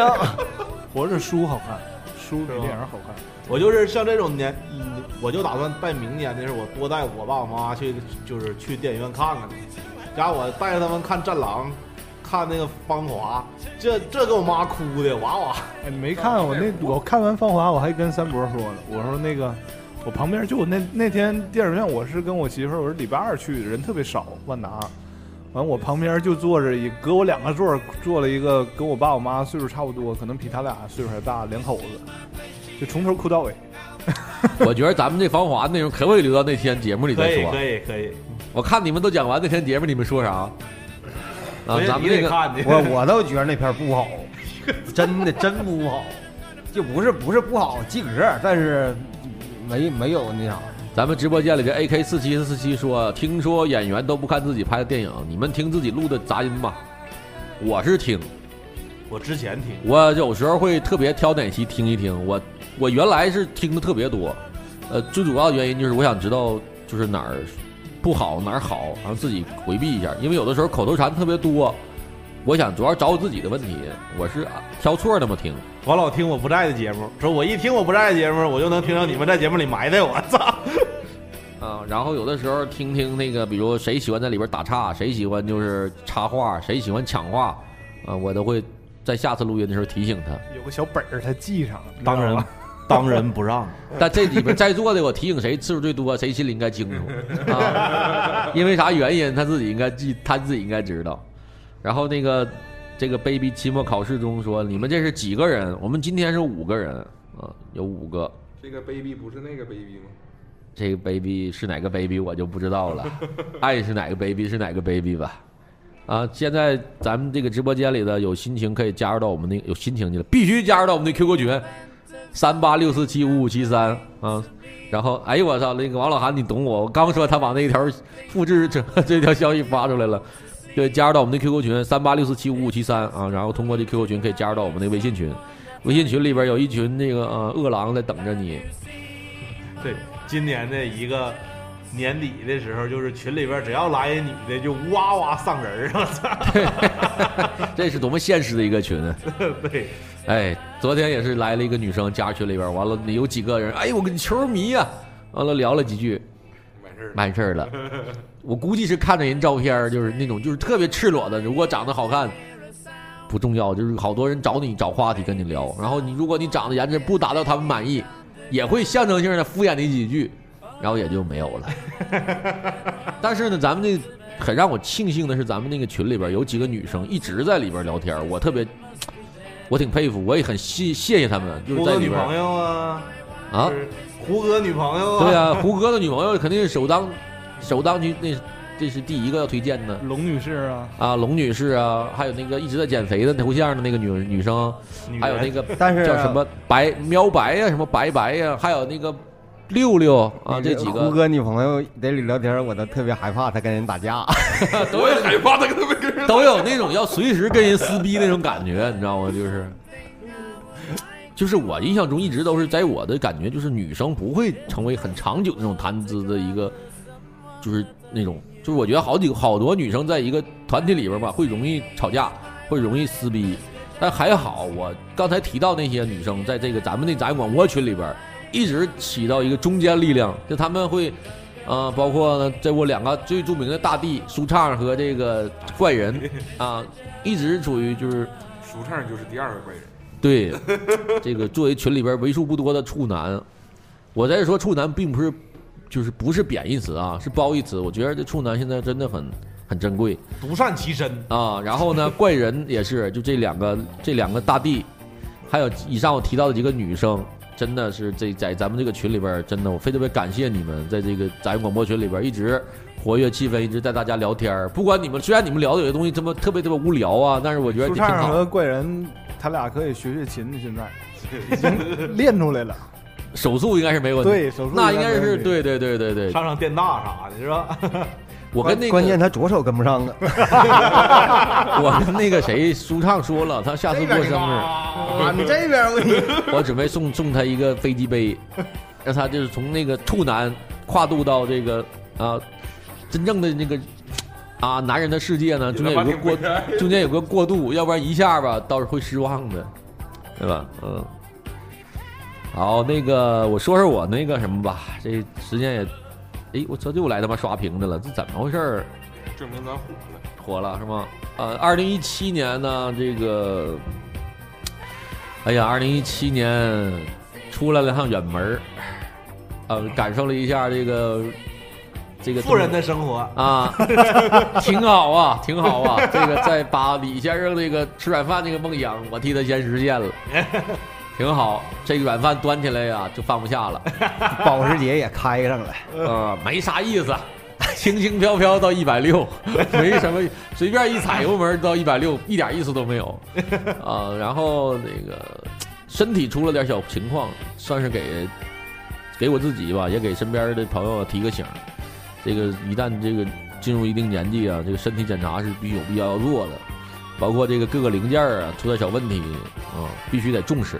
Speaker 10: 活着书好看，书
Speaker 12: 比电影好看。
Speaker 10: 我就是像这种年，嗯我就打算带明年的时候，我多带我爸我妈去，就是去电影院看看。家我带着他们看《战狼》，看那个《芳华》，这这给我妈哭的哇哇。
Speaker 12: 哎，你没看 <laughs> 我那我看完《芳华》，我还跟三伯说呢，我说那个我旁边就我那那天电影院，我是跟我媳妇儿，我是礼拜二去，人特别少，万达。完，我旁边就坐着一隔我两个座儿坐了一个跟我爸我妈岁数差不多，可能比他俩岁数还大两口子，就从头哭到尾。
Speaker 8: <laughs> 我觉得咱们这防滑内容可不可以留到那天节目里再说？啊
Speaker 10: 以可以。
Speaker 8: 我看你们都讲完那天节目，你们说啥？啊，咱们这个
Speaker 11: <laughs> 我我倒觉得那片儿不好，真的真不好，就不是不是不好，及格，但是没没有那啥。
Speaker 8: 咱们直播间里这 AK 四七四七说，听说演员都不看自己拍的电影，你们听自己录的杂音吧。我是听，
Speaker 10: 我之前听，
Speaker 8: 我有时候会特别挑哪期听一听。我我原来是听的特别多，呃，最主要的原因就是我想知道就是哪儿不好哪儿好，然后自己回避一下，因为有的时候口头禅特别多。我想主要找我自己的问题，我是挑错那么听。
Speaker 10: 我老听我不在的节目，说我一听我不在的节目，我就能听到你们在节目里埋汰我，操！
Speaker 8: 啊，然后有的时候听听那个，比如谁喜欢在里边打岔，谁喜欢就是插话，谁喜欢抢话，啊，我都会在下次录音的时候提醒他。
Speaker 12: 有个小本儿，他记上了。
Speaker 10: 当
Speaker 12: 然，
Speaker 10: 当仁不让。
Speaker 8: 但这里边在座的，我提醒谁次数最多，谁心里应该清楚啊，因为啥原因他自己应该记，他自己应该知道。然后那个这个 baby 期末考试中说，你们这是几个人？我们今天是五个人啊，有五个。
Speaker 14: 这个 baby 不是那个 baby 吗？
Speaker 8: 这个 baby 是哪个 baby 我就不知道了，爱是哪个 baby 是哪个 baby 吧。啊，现在咱们这个直播间里的有心情可以加入到我们那有心情去了，必须加入到我们的 QQ 群，三八六四七五五七三啊。然后，哎呦我操，那个王老韩你懂我，我刚说他把那条复制这 <laughs> 这条消息发出来了。对，加入到我们的 QQ 群三八六四七五五七三啊，然后通过这 QQ 群可以加入到我们的微信群，微信群里边有一群那个呃饿狼在等着你。
Speaker 10: 对，今年的一个年底的时候，就是群里边只要来一女的，就哇哇丧人儿，我
Speaker 8: <laughs>
Speaker 10: 操！
Speaker 8: 这是多么现实的一个群啊！
Speaker 10: 对，
Speaker 8: 哎，昨天也是来了一个女生加群里边，完了有几个人，哎，我跟球迷呀、完了聊了几句，
Speaker 14: 完事儿，
Speaker 8: 完事儿了。我估计是看着人照片儿，就是那种就是特别赤裸的，如果长得好看。不重要，就是好多人找你找话题跟你聊，然后你如果你长得颜值不达到他们满意，也会象征性的敷衍你几句，然后也就没有了。但是呢，咱们那很让我庆幸的是，咱们那个群里边有几个女生一直在里边聊天，我特别，我挺佩服，我也很谢谢谢他们，就是
Speaker 10: 胡
Speaker 8: 在
Speaker 10: 歌
Speaker 8: 里
Speaker 10: 女
Speaker 8: 边
Speaker 10: 朋友啊，
Speaker 8: 啊，
Speaker 10: 就是胡歌女朋友啊，
Speaker 8: 对啊，胡歌的女朋友肯定是首当首当其那这是第一个要推荐的
Speaker 12: 龙女士啊，
Speaker 8: 啊，龙女士啊，还有那个一直在减肥的头像的那个女女生，啊还有那个
Speaker 11: 但是啊
Speaker 8: 叫什么白喵白呀、什么白白呀、还有那个六六啊，这几
Speaker 11: 胡
Speaker 8: 个
Speaker 11: 歌女朋友在里聊天，我都特别害怕他跟人打架。
Speaker 14: 哎
Speaker 8: 都有害怕
Speaker 9: <laughs>
Speaker 8: 都有那种要随时跟人撕逼那种感觉，你知道吗？就是。就是我印象中一直都是在我的感觉，就是女生不会成为很长久的那种谈资的一个，就是那种，就是我觉得好几好多女生在一个团体里边吧，会容易吵架，会容易撕逼。但还好，我刚才提到那些女生，在这个咱们那咱广播群里边，一直起到一个中间力量，就他们会，呃，包括呢，在我两个最著名的大帝舒畅和这个怪人啊，一直处于就是
Speaker 14: 舒畅就是第二个怪人。
Speaker 8: 对，这个作为群里边为数不多的处男，我在这说处男并不是，就是不是贬义词啊，是褒义词。我觉得这处男现在真的很很珍贵
Speaker 10: 独善其身。
Speaker 8: 啊。然后呢，怪人也是，就这两个这两个大帝，还有以上我提到的几个女生，真的是这在咱们这个群里边儿，真的我非特别感谢你们，在这个杂音广播群里边儿一直活跃气氛，一直带大家聊天儿。不管你们虽然你们聊的有些东西他妈特别特别无聊啊，但是我觉得
Speaker 12: 舒
Speaker 8: 挺
Speaker 12: 畅
Speaker 8: 好。
Speaker 12: 和怪人他俩可以学学琴，现
Speaker 10: <laughs>
Speaker 12: 在已经练出来了。
Speaker 8: 手速应该是没问题，
Speaker 12: 对手速
Speaker 8: 那
Speaker 12: 应
Speaker 8: 应
Speaker 12: 该
Speaker 8: 该
Speaker 12: 没
Speaker 8: 是
Speaker 12: 问题
Speaker 8: 对对对对对。
Speaker 10: 上上电大啥的是吧？
Speaker 8: 我跟那个
Speaker 11: 关键他左手跟不上啊。
Speaker 8: 我跟那个谁舒畅说了，他下次过生日，
Speaker 11: 啊，你这边我
Speaker 8: 我准备送送他一个飞机杯，让他就是从那个处男跨度到这个啊、真正的那个啊男人的世界呢，中间有个过
Speaker 14: 你他妈挺会
Speaker 8: 中间有个过渡，要不然一下吧倒是会失望的，对吧？嗯。好，那个我说说我那个什么吧，这时间也，哎，我这又来他妈刷屏的了，这怎么回事儿？
Speaker 14: 证明咱火了。
Speaker 8: 火了是吗？呃，二零一七年呢，这个，哎呀，二零一七年出来了趟远门儿呃，感受了一下这个这个
Speaker 10: 富人的生活
Speaker 8: 啊， <laughs> 挺好啊，挺好啊。这个在把李先生这个吃软饭这个梦想，我替他先实现了，挺好。这个软饭端起来呀、就放不下了。
Speaker 11: <laughs> 保时捷也开上了，
Speaker 8: 啊、没啥意思， <laughs> 轻轻飘飘到一百六，没什么，随便一踩油门到一百六，一点意思都没有啊、然后那个身体出了点小情况，算是给给我自己吧，也给身边的朋友啊提个醒儿。这个一旦这个进入一定年纪啊，这个身体检查是必须有必要要做的，包括这个各个零件儿啊出点小问题啊、必须得重视。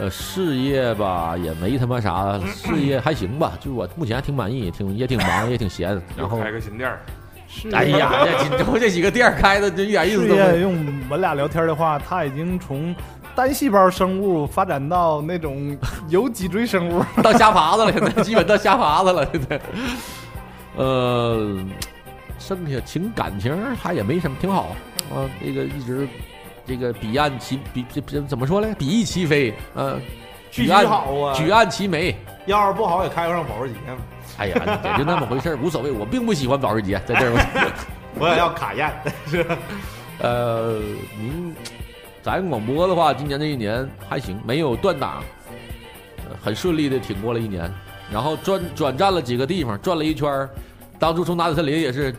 Speaker 8: 呃，事业吧也没他妈啥，事业还行吧，就是我目前还挺满意，也挺也挺忙，也挺闲。然后
Speaker 14: 又开个新店儿，
Speaker 8: 哎呀，这锦州这几个店儿开的就一点意思
Speaker 12: 事
Speaker 8: 都
Speaker 12: 业
Speaker 8: 没有。
Speaker 12: 用我们俩聊天的话，他已经从单细胞生物发展到那种有脊椎生物。
Speaker 8: 到虾爬子了，现在基本到虾爬子了，现在。呃，剩下情感情还也没什么，挺好啊。这个一直这个彼岸齐比这这怎么说呢？比翼齐飞，呃，<laughs>
Speaker 10: 必
Speaker 8: 举
Speaker 10: 须
Speaker 8: 案
Speaker 10: 好啊
Speaker 8: 举案齐眉。
Speaker 10: 要是不好也开不上保时捷嘛。
Speaker 8: 哎呀，也就那么回事儿，无所谓。我并不喜欢保时捷，在这儿我。
Speaker 10: 我也要卡
Speaker 8: <laughs>
Speaker 10: 宴，是吧
Speaker 8: 呃，您咱广播的话，今年这一年还行，没有断档，呃很顺利的挺过了一年。然后转转战了几个地方，转了一圈儿当初从拿铁森林也是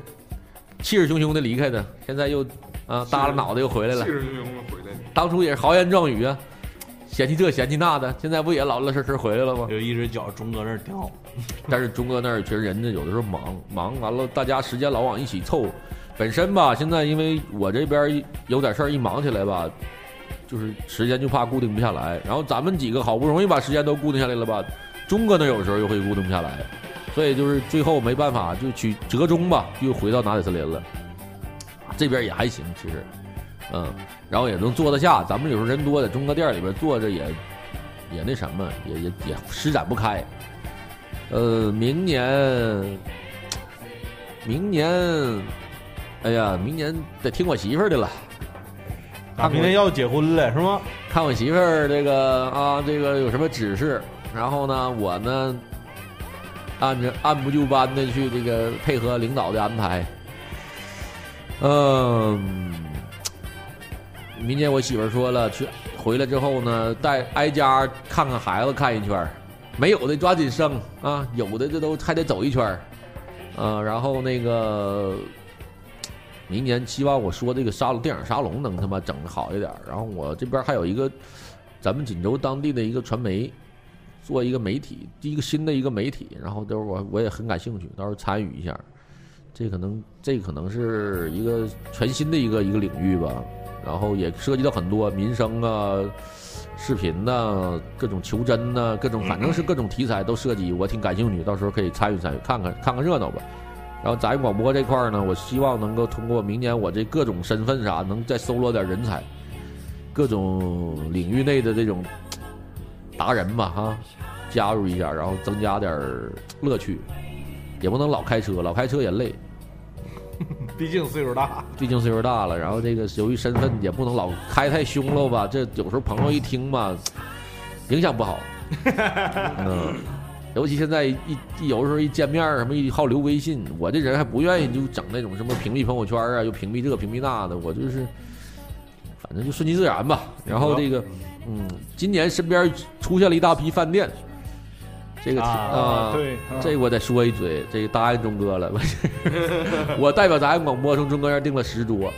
Speaker 8: 气势汹汹的离开的，现在又啊、耷拉脑袋又回来了
Speaker 14: 气。势汹汹的回来了。
Speaker 8: 当初也是豪言壮语啊，嫌弃这嫌弃那的，现在不也老老实实回来了吗？
Speaker 10: 有一只脚钟哥那儿挺好，
Speaker 8: 但是钟哥那儿确实人家有的时候忙，忙完了大家时间老往一起凑，本身吧，现在因为我这边一有点事儿，一忙起来吧，就是时间就怕固定不下来。然后咱们几个好不容易把时间都固定下来了吧，钟哥那有时候又会固定不下来，所以就是最后没办法就去折中吧，又回到拿铁森林了。这边也还行，其实，嗯，然后也能坐得下。咱们有时候人多，在钟哥店里边坐着也也那什么，也也也施展不开。呃，明年，明年，哎呀，明年得听我媳妇儿的了。
Speaker 10: 啊
Speaker 8: 看
Speaker 10: 明天
Speaker 8: 我
Speaker 10: 要结婚了是吗？
Speaker 8: 看我媳妇儿这个啊，这个有什么指示，然后呢，我呢，按着按部就班的去这个配合领导的安排。嗯，明天我媳妇儿说了，去回来之后呢，带挨家看看孩子看一圈儿没有的抓紧生啊，有的这都还得走一圈儿呃，然后那个明年期望我说这个沙龙电影沙龙能他妈整的好一点儿。然后我这边还有一个咱们锦州当地的一个传媒，做一个媒体，一个新的一个媒体，然后都是我我也很感兴趣，到时候参与一下。这可能这可能是一个全新的一个一个领域吧，然后也涉及到很多民生啊、视频呐、各种求真呐、各种反正是各种题材都涉及，我挺感兴趣，到时候可以参与参与，看看看看热闹吧。然后杂音广播这块儿呢，我希望能够通过明年我这各种身份啥，能再搜罗点人才，各种领域内的这种达人吧，哈，加入一下，然后增加点儿乐趣，也不能老开车，老开车也累，
Speaker 10: 毕竟岁数大，
Speaker 8: 毕竟岁数大了，然后这个由于身份也不能老开太凶了吧，这有时候朋友一听吧，影响
Speaker 12: <laughs>
Speaker 8: 不好。嗯，尤其现在一一有时候一见面儿什么一好留微信，我这人还不愿意就整那种什么屏蔽朋友圈啊，又屏蔽这屏蔽那的，我就是反正就顺其自然吧。然后这个，嗯，今年身边出现了一大批饭店，这个呃
Speaker 12: 啊对啊
Speaker 8: 这我得说一嘴，这个答应钟哥了，我 <laughs> 我代表咱们广播从钟哥那儿订了十桌，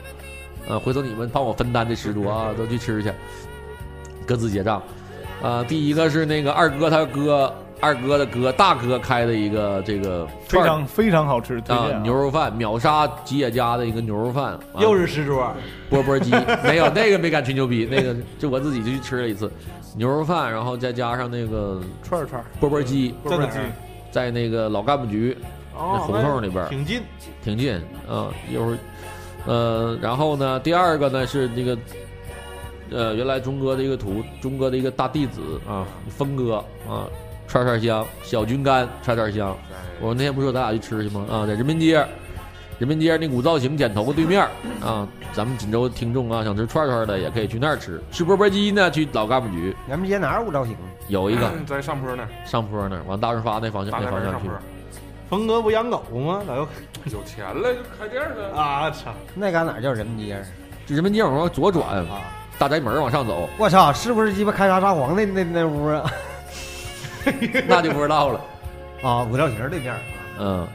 Speaker 8: 呃，回头你们帮我分担这十
Speaker 12: <laughs>
Speaker 8: 桌啊，都去吃去，各自结账。啊，第一个是那个二哥他哥二哥的哥大哥开的一个这个
Speaker 12: 非
Speaker 8: 串儿
Speaker 12: 常非常好吃，推
Speaker 8: 啊
Speaker 12: 荐、啊
Speaker 8: 牛肉饭，秒杀吉野家的一个牛肉饭，完了
Speaker 10: 又是十桌，
Speaker 8: 钵钵
Speaker 12: <laughs>
Speaker 8: 鸡，没有那个没敢吹牛逼，那个就我自己就去吃了一次牛肉饭，然后再加上那个
Speaker 12: 串串
Speaker 8: 钵钵鸡，
Speaker 10: 在哪儿
Speaker 8: 在那个老干部局
Speaker 10: 哦
Speaker 8: 那胡同里边儿，
Speaker 10: 挺近，
Speaker 8: 挺近啊，一会儿，呃，然后呢，第二个呢是那个。呃，原来钟哥的一个徒，钟哥的一个大弟子啊，峰哥啊，串串香，小军干串串香。我那天不是说咱俩去吃去吗？啊，在人民街，人民街那古造型剪头对面啊，咱们锦州的听众啊，想吃串串的也可以去那儿吃。吃钵钵鸡呢，去老干部局
Speaker 11: 咱们街哪有五造型？
Speaker 8: 有一个
Speaker 9: <clears throat>
Speaker 14: 在上坡那儿，
Speaker 8: 上坡那儿，往大润发那方向
Speaker 14: 大
Speaker 8: 那
Speaker 14: 概
Speaker 8: 方
Speaker 14: 在
Speaker 8: 向
Speaker 14: 上
Speaker 8: 去
Speaker 14: 坡。。
Speaker 10: 峰哥不养狗吗？咋又
Speaker 14: 有钱了就开店了
Speaker 10: 啊？操！
Speaker 11: 那旮哪叫人民街？
Speaker 8: 就人民街往上左转，大宅门往上走， <laughs>
Speaker 11: 我操，是不是鸡巴开啥沙皇那那那屋啊？
Speaker 8: 那就不知道了。
Speaker 11: 啊，五造型对面，
Speaker 8: 嗯，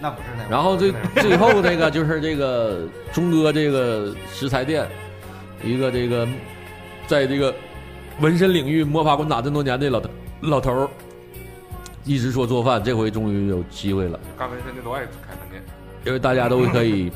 Speaker 11: 那不是那屋。
Speaker 8: 然后最最后那个就是这个钟哥这个食材店，一个这个在这个纹身领域摸爬滚打这么多年的老头老头儿，一直说做饭，这回终于有机会了，
Speaker 14: 干纹身的都爱开饭店。
Speaker 8: 因为大家都可以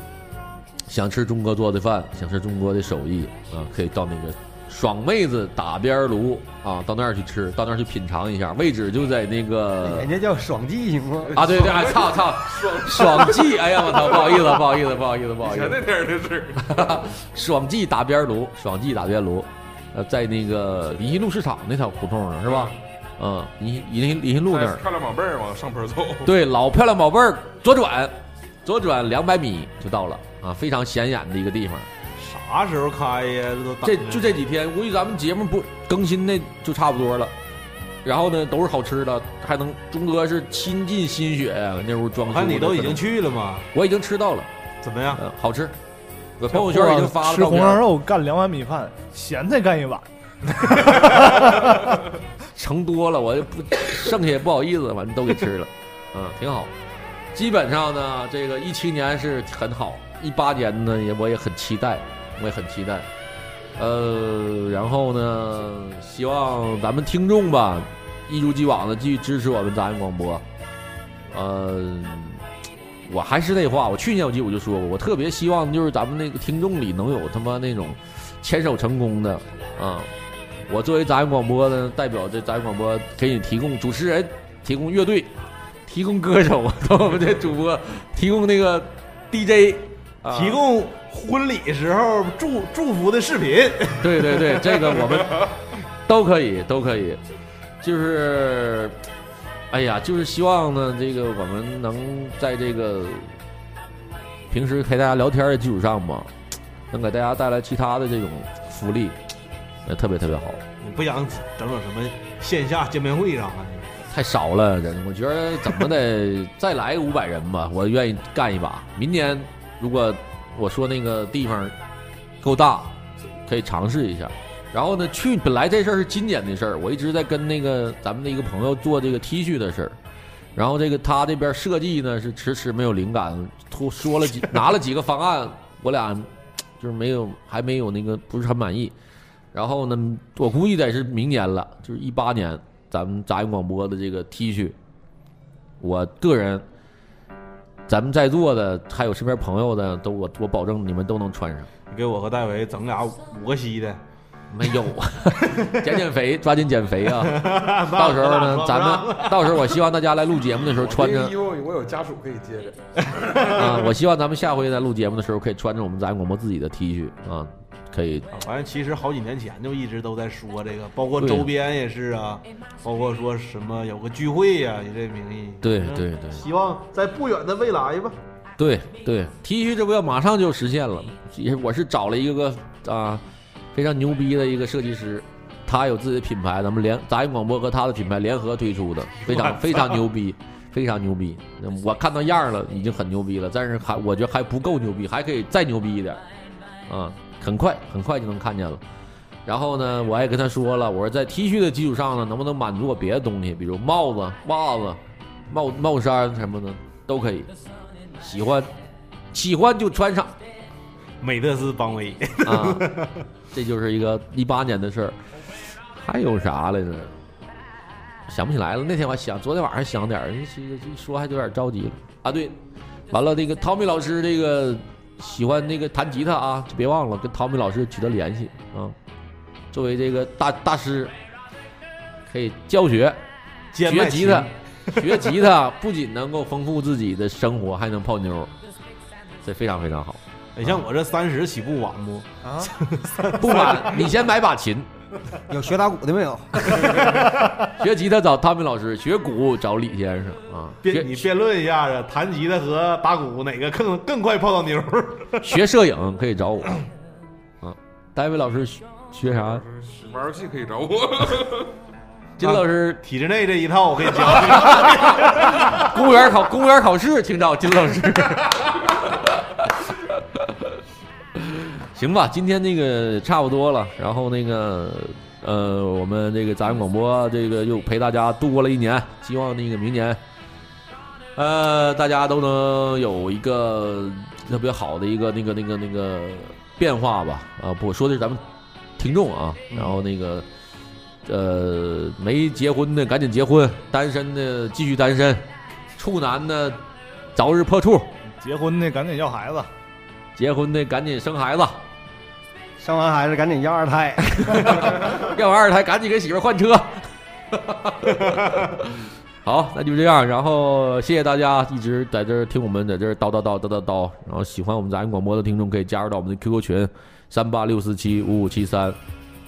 Speaker 8: 想吃钟哥做的饭，想吃钟哥的手艺啊，可以到那个爽妹子打边炉啊，到那儿去吃，到那儿去品尝一下，位置就在那个
Speaker 11: 人家叫爽记行吗？
Speaker 8: 呃 <laughs> 啊，对对，哎，操操， <laughs> 爽记，哎呀，我操，不好意思，不好意思，不好意思，不好
Speaker 14: 以
Speaker 8: 意
Speaker 14: 前
Speaker 8: 思
Speaker 14: 那，天儿的事儿，
Speaker 8: 爽记打边炉，爽记打边炉，呃，在那个临沂路市场那条胡同上是吧？嗯，临临临沂 <laughs> 路那儿
Speaker 14: 哎，漂亮宝贝儿往上坡走。
Speaker 8: 对，老漂亮宝贝儿左转，左转两百米就到了啊，非常显眼的一个地方。
Speaker 10: 啥时候开呀？这都
Speaker 8: 这就这几天，估计咱们节目不更新的就差不多了。然后呢，都是好吃的，还能钟哥是倾尽心血呀，那屋装修。
Speaker 10: 啊看你都已经，去了吗？
Speaker 8: 我已经吃到了，
Speaker 10: 怎么样？
Speaker 8: 嗯好吃。我朋友圈已经发了
Speaker 12: 吃
Speaker 8: 照
Speaker 12: 红
Speaker 8: 片
Speaker 12: 烧
Speaker 8: 儿。
Speaker 12: 肉干两碗米饭，咸菜干一碗。
Speaker 8: 盛多了，我就不剩下也不好意思，反正都给吃了，嗯，挺好。基本上呢，这个一七年是很好，一八年呢也我也很期待，我也很期待。呃，然后呢，希望咱们听众吧，一如既往的继续支持我们杂音广播。呃，我还是那话，我去年我记得我就说过，我特别希望就是咱们那个听众里能有他妈那种牵手成功的啊。我作为杂音广播呢，代表这杂音广播给你提供主持人、提供乐队、提供歌手，到我们这主播提供那个 DJ，、啊、
Speaker 10: 提供婚礼时候祝祝福的视频。 <laughs>
Speaker 8: <laughs> 对对对，这个我们都可以，都可以。就是，哎呀，就是希望呢，这个我们能在这个平时陪大家聊天的基础上吧，能给大家带来其他的这种福利，呃，特别特别好。
Speaker 10: 你不想整整什么线下见面会啥啊的？
Speaker 8: 太少了，人，我觉得怎么得再来五百人吧，我愿意干一把。明年如果我说那个地方够大，可以尝试一下。然后呢，去本来这事儿是今年的事儿，我一直在跟那个咱们的一个朋友做这个 T 恤的事儿。然后这个他这边设计呢是迟迟没有灵感，突说了几拿了几个方案，我俩就是没有还没有那个不是很满意。然后呢，我估计得是明年了，就是一八年咱们杂音广播的这个 T 恤，我个人，咱们在座的还有身边朋友的都我我保证你们都能穿上。
Speaker 10: 你给我和戴维整俩五个稀的，
Speaker 8: 没有，啊 <laughs> 减减肥，抓紧减肥
Speaker 14: <laughs>
Speaker 8: 啊！到时候呢，咱们到时候我希望大家来录节目的时候穿着
Speaker 14: 这衣服我有家属可以接着。
Speaker 8: 啊，我希望咱们下回在录节目的时候可以穿着我们杂音广播自己的 T 恤啊，可以
Speaker 10: 完了，其实好几年前就一直都在说这个，包括
Speaker 8: 对
Speaker 10: 周边也是啊，包括说什么有个聚会呀、以这名义。
Speaker 8: 对
Speaker 10: 嗯
Speaker 8: 对对
Speaker 10: 希望在不远的未来吧。
Speaker 8: 对对，T 恤这不要马上就实现了吗？也我是找了一个啊非常牛逼的一个设计师，他有自己的品牌，咱们联杂音广播和他的品牌联合推出的，非
Speaker 10: 我
Speaker 8: 常
Speaker 10: 操
Speaker 8: 非常牛逼，非常牛逼。我看到样儿了，已经很牛逼了，但是还我觉得还不够牛逼，还可以再牛逼一点。啊，很快很快就能看见了。然后呢，我还跟他说了，我说在 T 恤的基础上呢，能不能满足我别的东西，比如帽子、袜子、帽帽衫什么的都可以，喜欢喜欢就穿上。
Speaker 10: 美特斯邦威 <laughs>
Speaker 8: 啊， <laughs> 这就是一个一八年的事儿。还有啥来着？想不起来了。那天我还想，昨天晚上想点儿，这个一说还有点着急了啊。对，完了那个汤米老师这个喜欢那个弹吉他啊，就别忘了跟汤米老师取得联系啊。作为这个大大师，可以教学，
Speaker 10: 兼
Speaker 8: 学
Speaker 10: 卖
Speaker 8: 吉
Speaker 10: <laughs>
Speaker 8: 他，学吉他不仅能够丰富自己的生活，还能泡妞，这非常非常好。
Speaker 10: 你像我这三十起步晚不？
Speaker 11: 啊，
Speaker 8: 不管你先买把 <laughs> 琴，
Speaker 11: 有学打鼓的没有？
Speaker 8: 学吉他找汤米老师，学鼓找李先生啊。
Speaker 10: 辩你辩论一下啊子，弹吉他和打鼓哪个更更快泡到妞？
Speaker 8: 学摄影可以找我，啊，戴维老师学学啥？
Speaker 14: 玩游戏可以找我。
Speaker 8: 金老师
Speaker 10: 体制内这一套我给你教。 <laughs>
Speaker 8: 公务员考公务员考试，请找金老师。行吧，今天那个差不多了，然后那个呃，我们这个杂音广播这个又陪大家度过了一年，希望那个明年，呃，大家都能有一个特别好的一个那个那个那个变化吧。啊，不我说的是咱们听众啊，然后那个呃，没结婚的赶紧结婚，单身的继续单身，处男的早日破处，
Speaker 12: 结婚的赶紧要孩子，
Speaker 8: 结婚的赶紧生孩
Speaker 10: <laughs>
Speaker 8: 子。
Speaker 11: <laughs> 生完孩子赶紧要二胎，
Speaker 8: 要完二胎赶紧给媳妇儿换车。 <laughs> 好，那就这样，然后谢谢大家一直在这儿听我们在这儿叨叨叨叨叨叨，然后喜欢我们杂音广播的听众可以加入到我们的 QQ 群三八六四七五五七三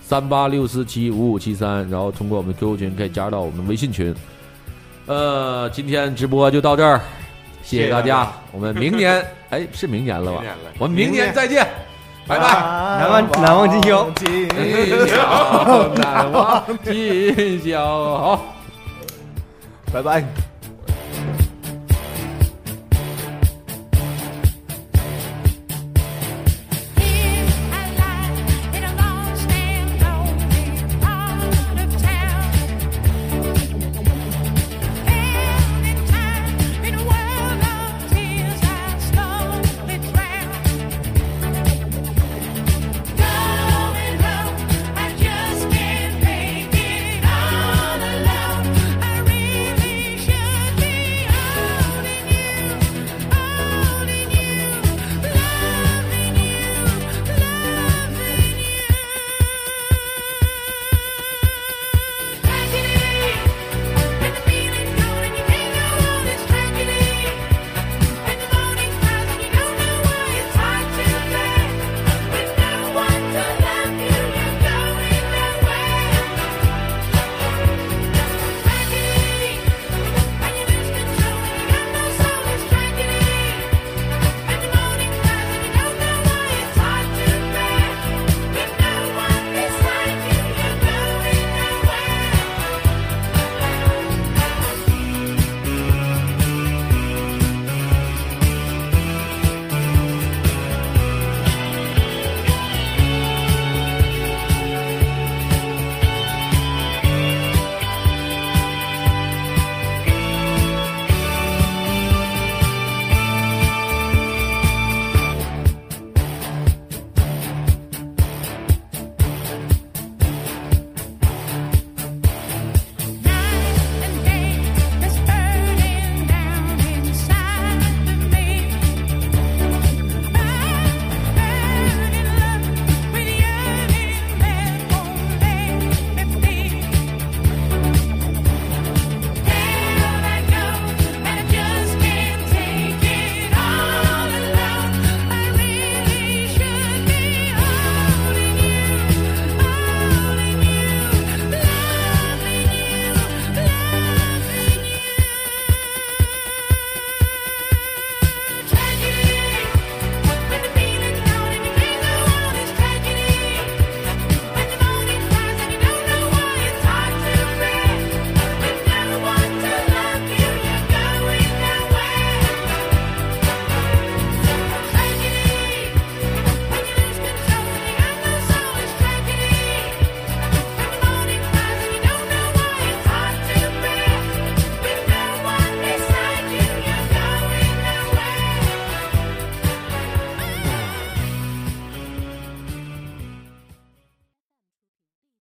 Speaker 8: 三八六四七五五七三，然后通过我们的 QQ 群可以加入到我们的微信群。呃，今天直播就到这儿，谢谢大
Speaker 10: 谢谢大
Speaker 8: 家
Speaker 10: 家，
Speaker 8: 我们明年哎是明年了吧？
Speaker 14: 明 <laughs> 年了
Speaker 8: 我们明
Speaker 10: 明
Speaker 8: 年
Speaker 10: 年
Speaker 8: 再见，拜
Speaker 10: <laughs>
Speaker 8: 拜。
Speaker 10: 啊
Speaker 8: 哎
Speaker 11: 难忘难忘今宵。
Speaker 8: 今
Speaker 10: <laughs>
Speaker 8: 宵难忘今宵，好。
Speaker 10: 拜拜。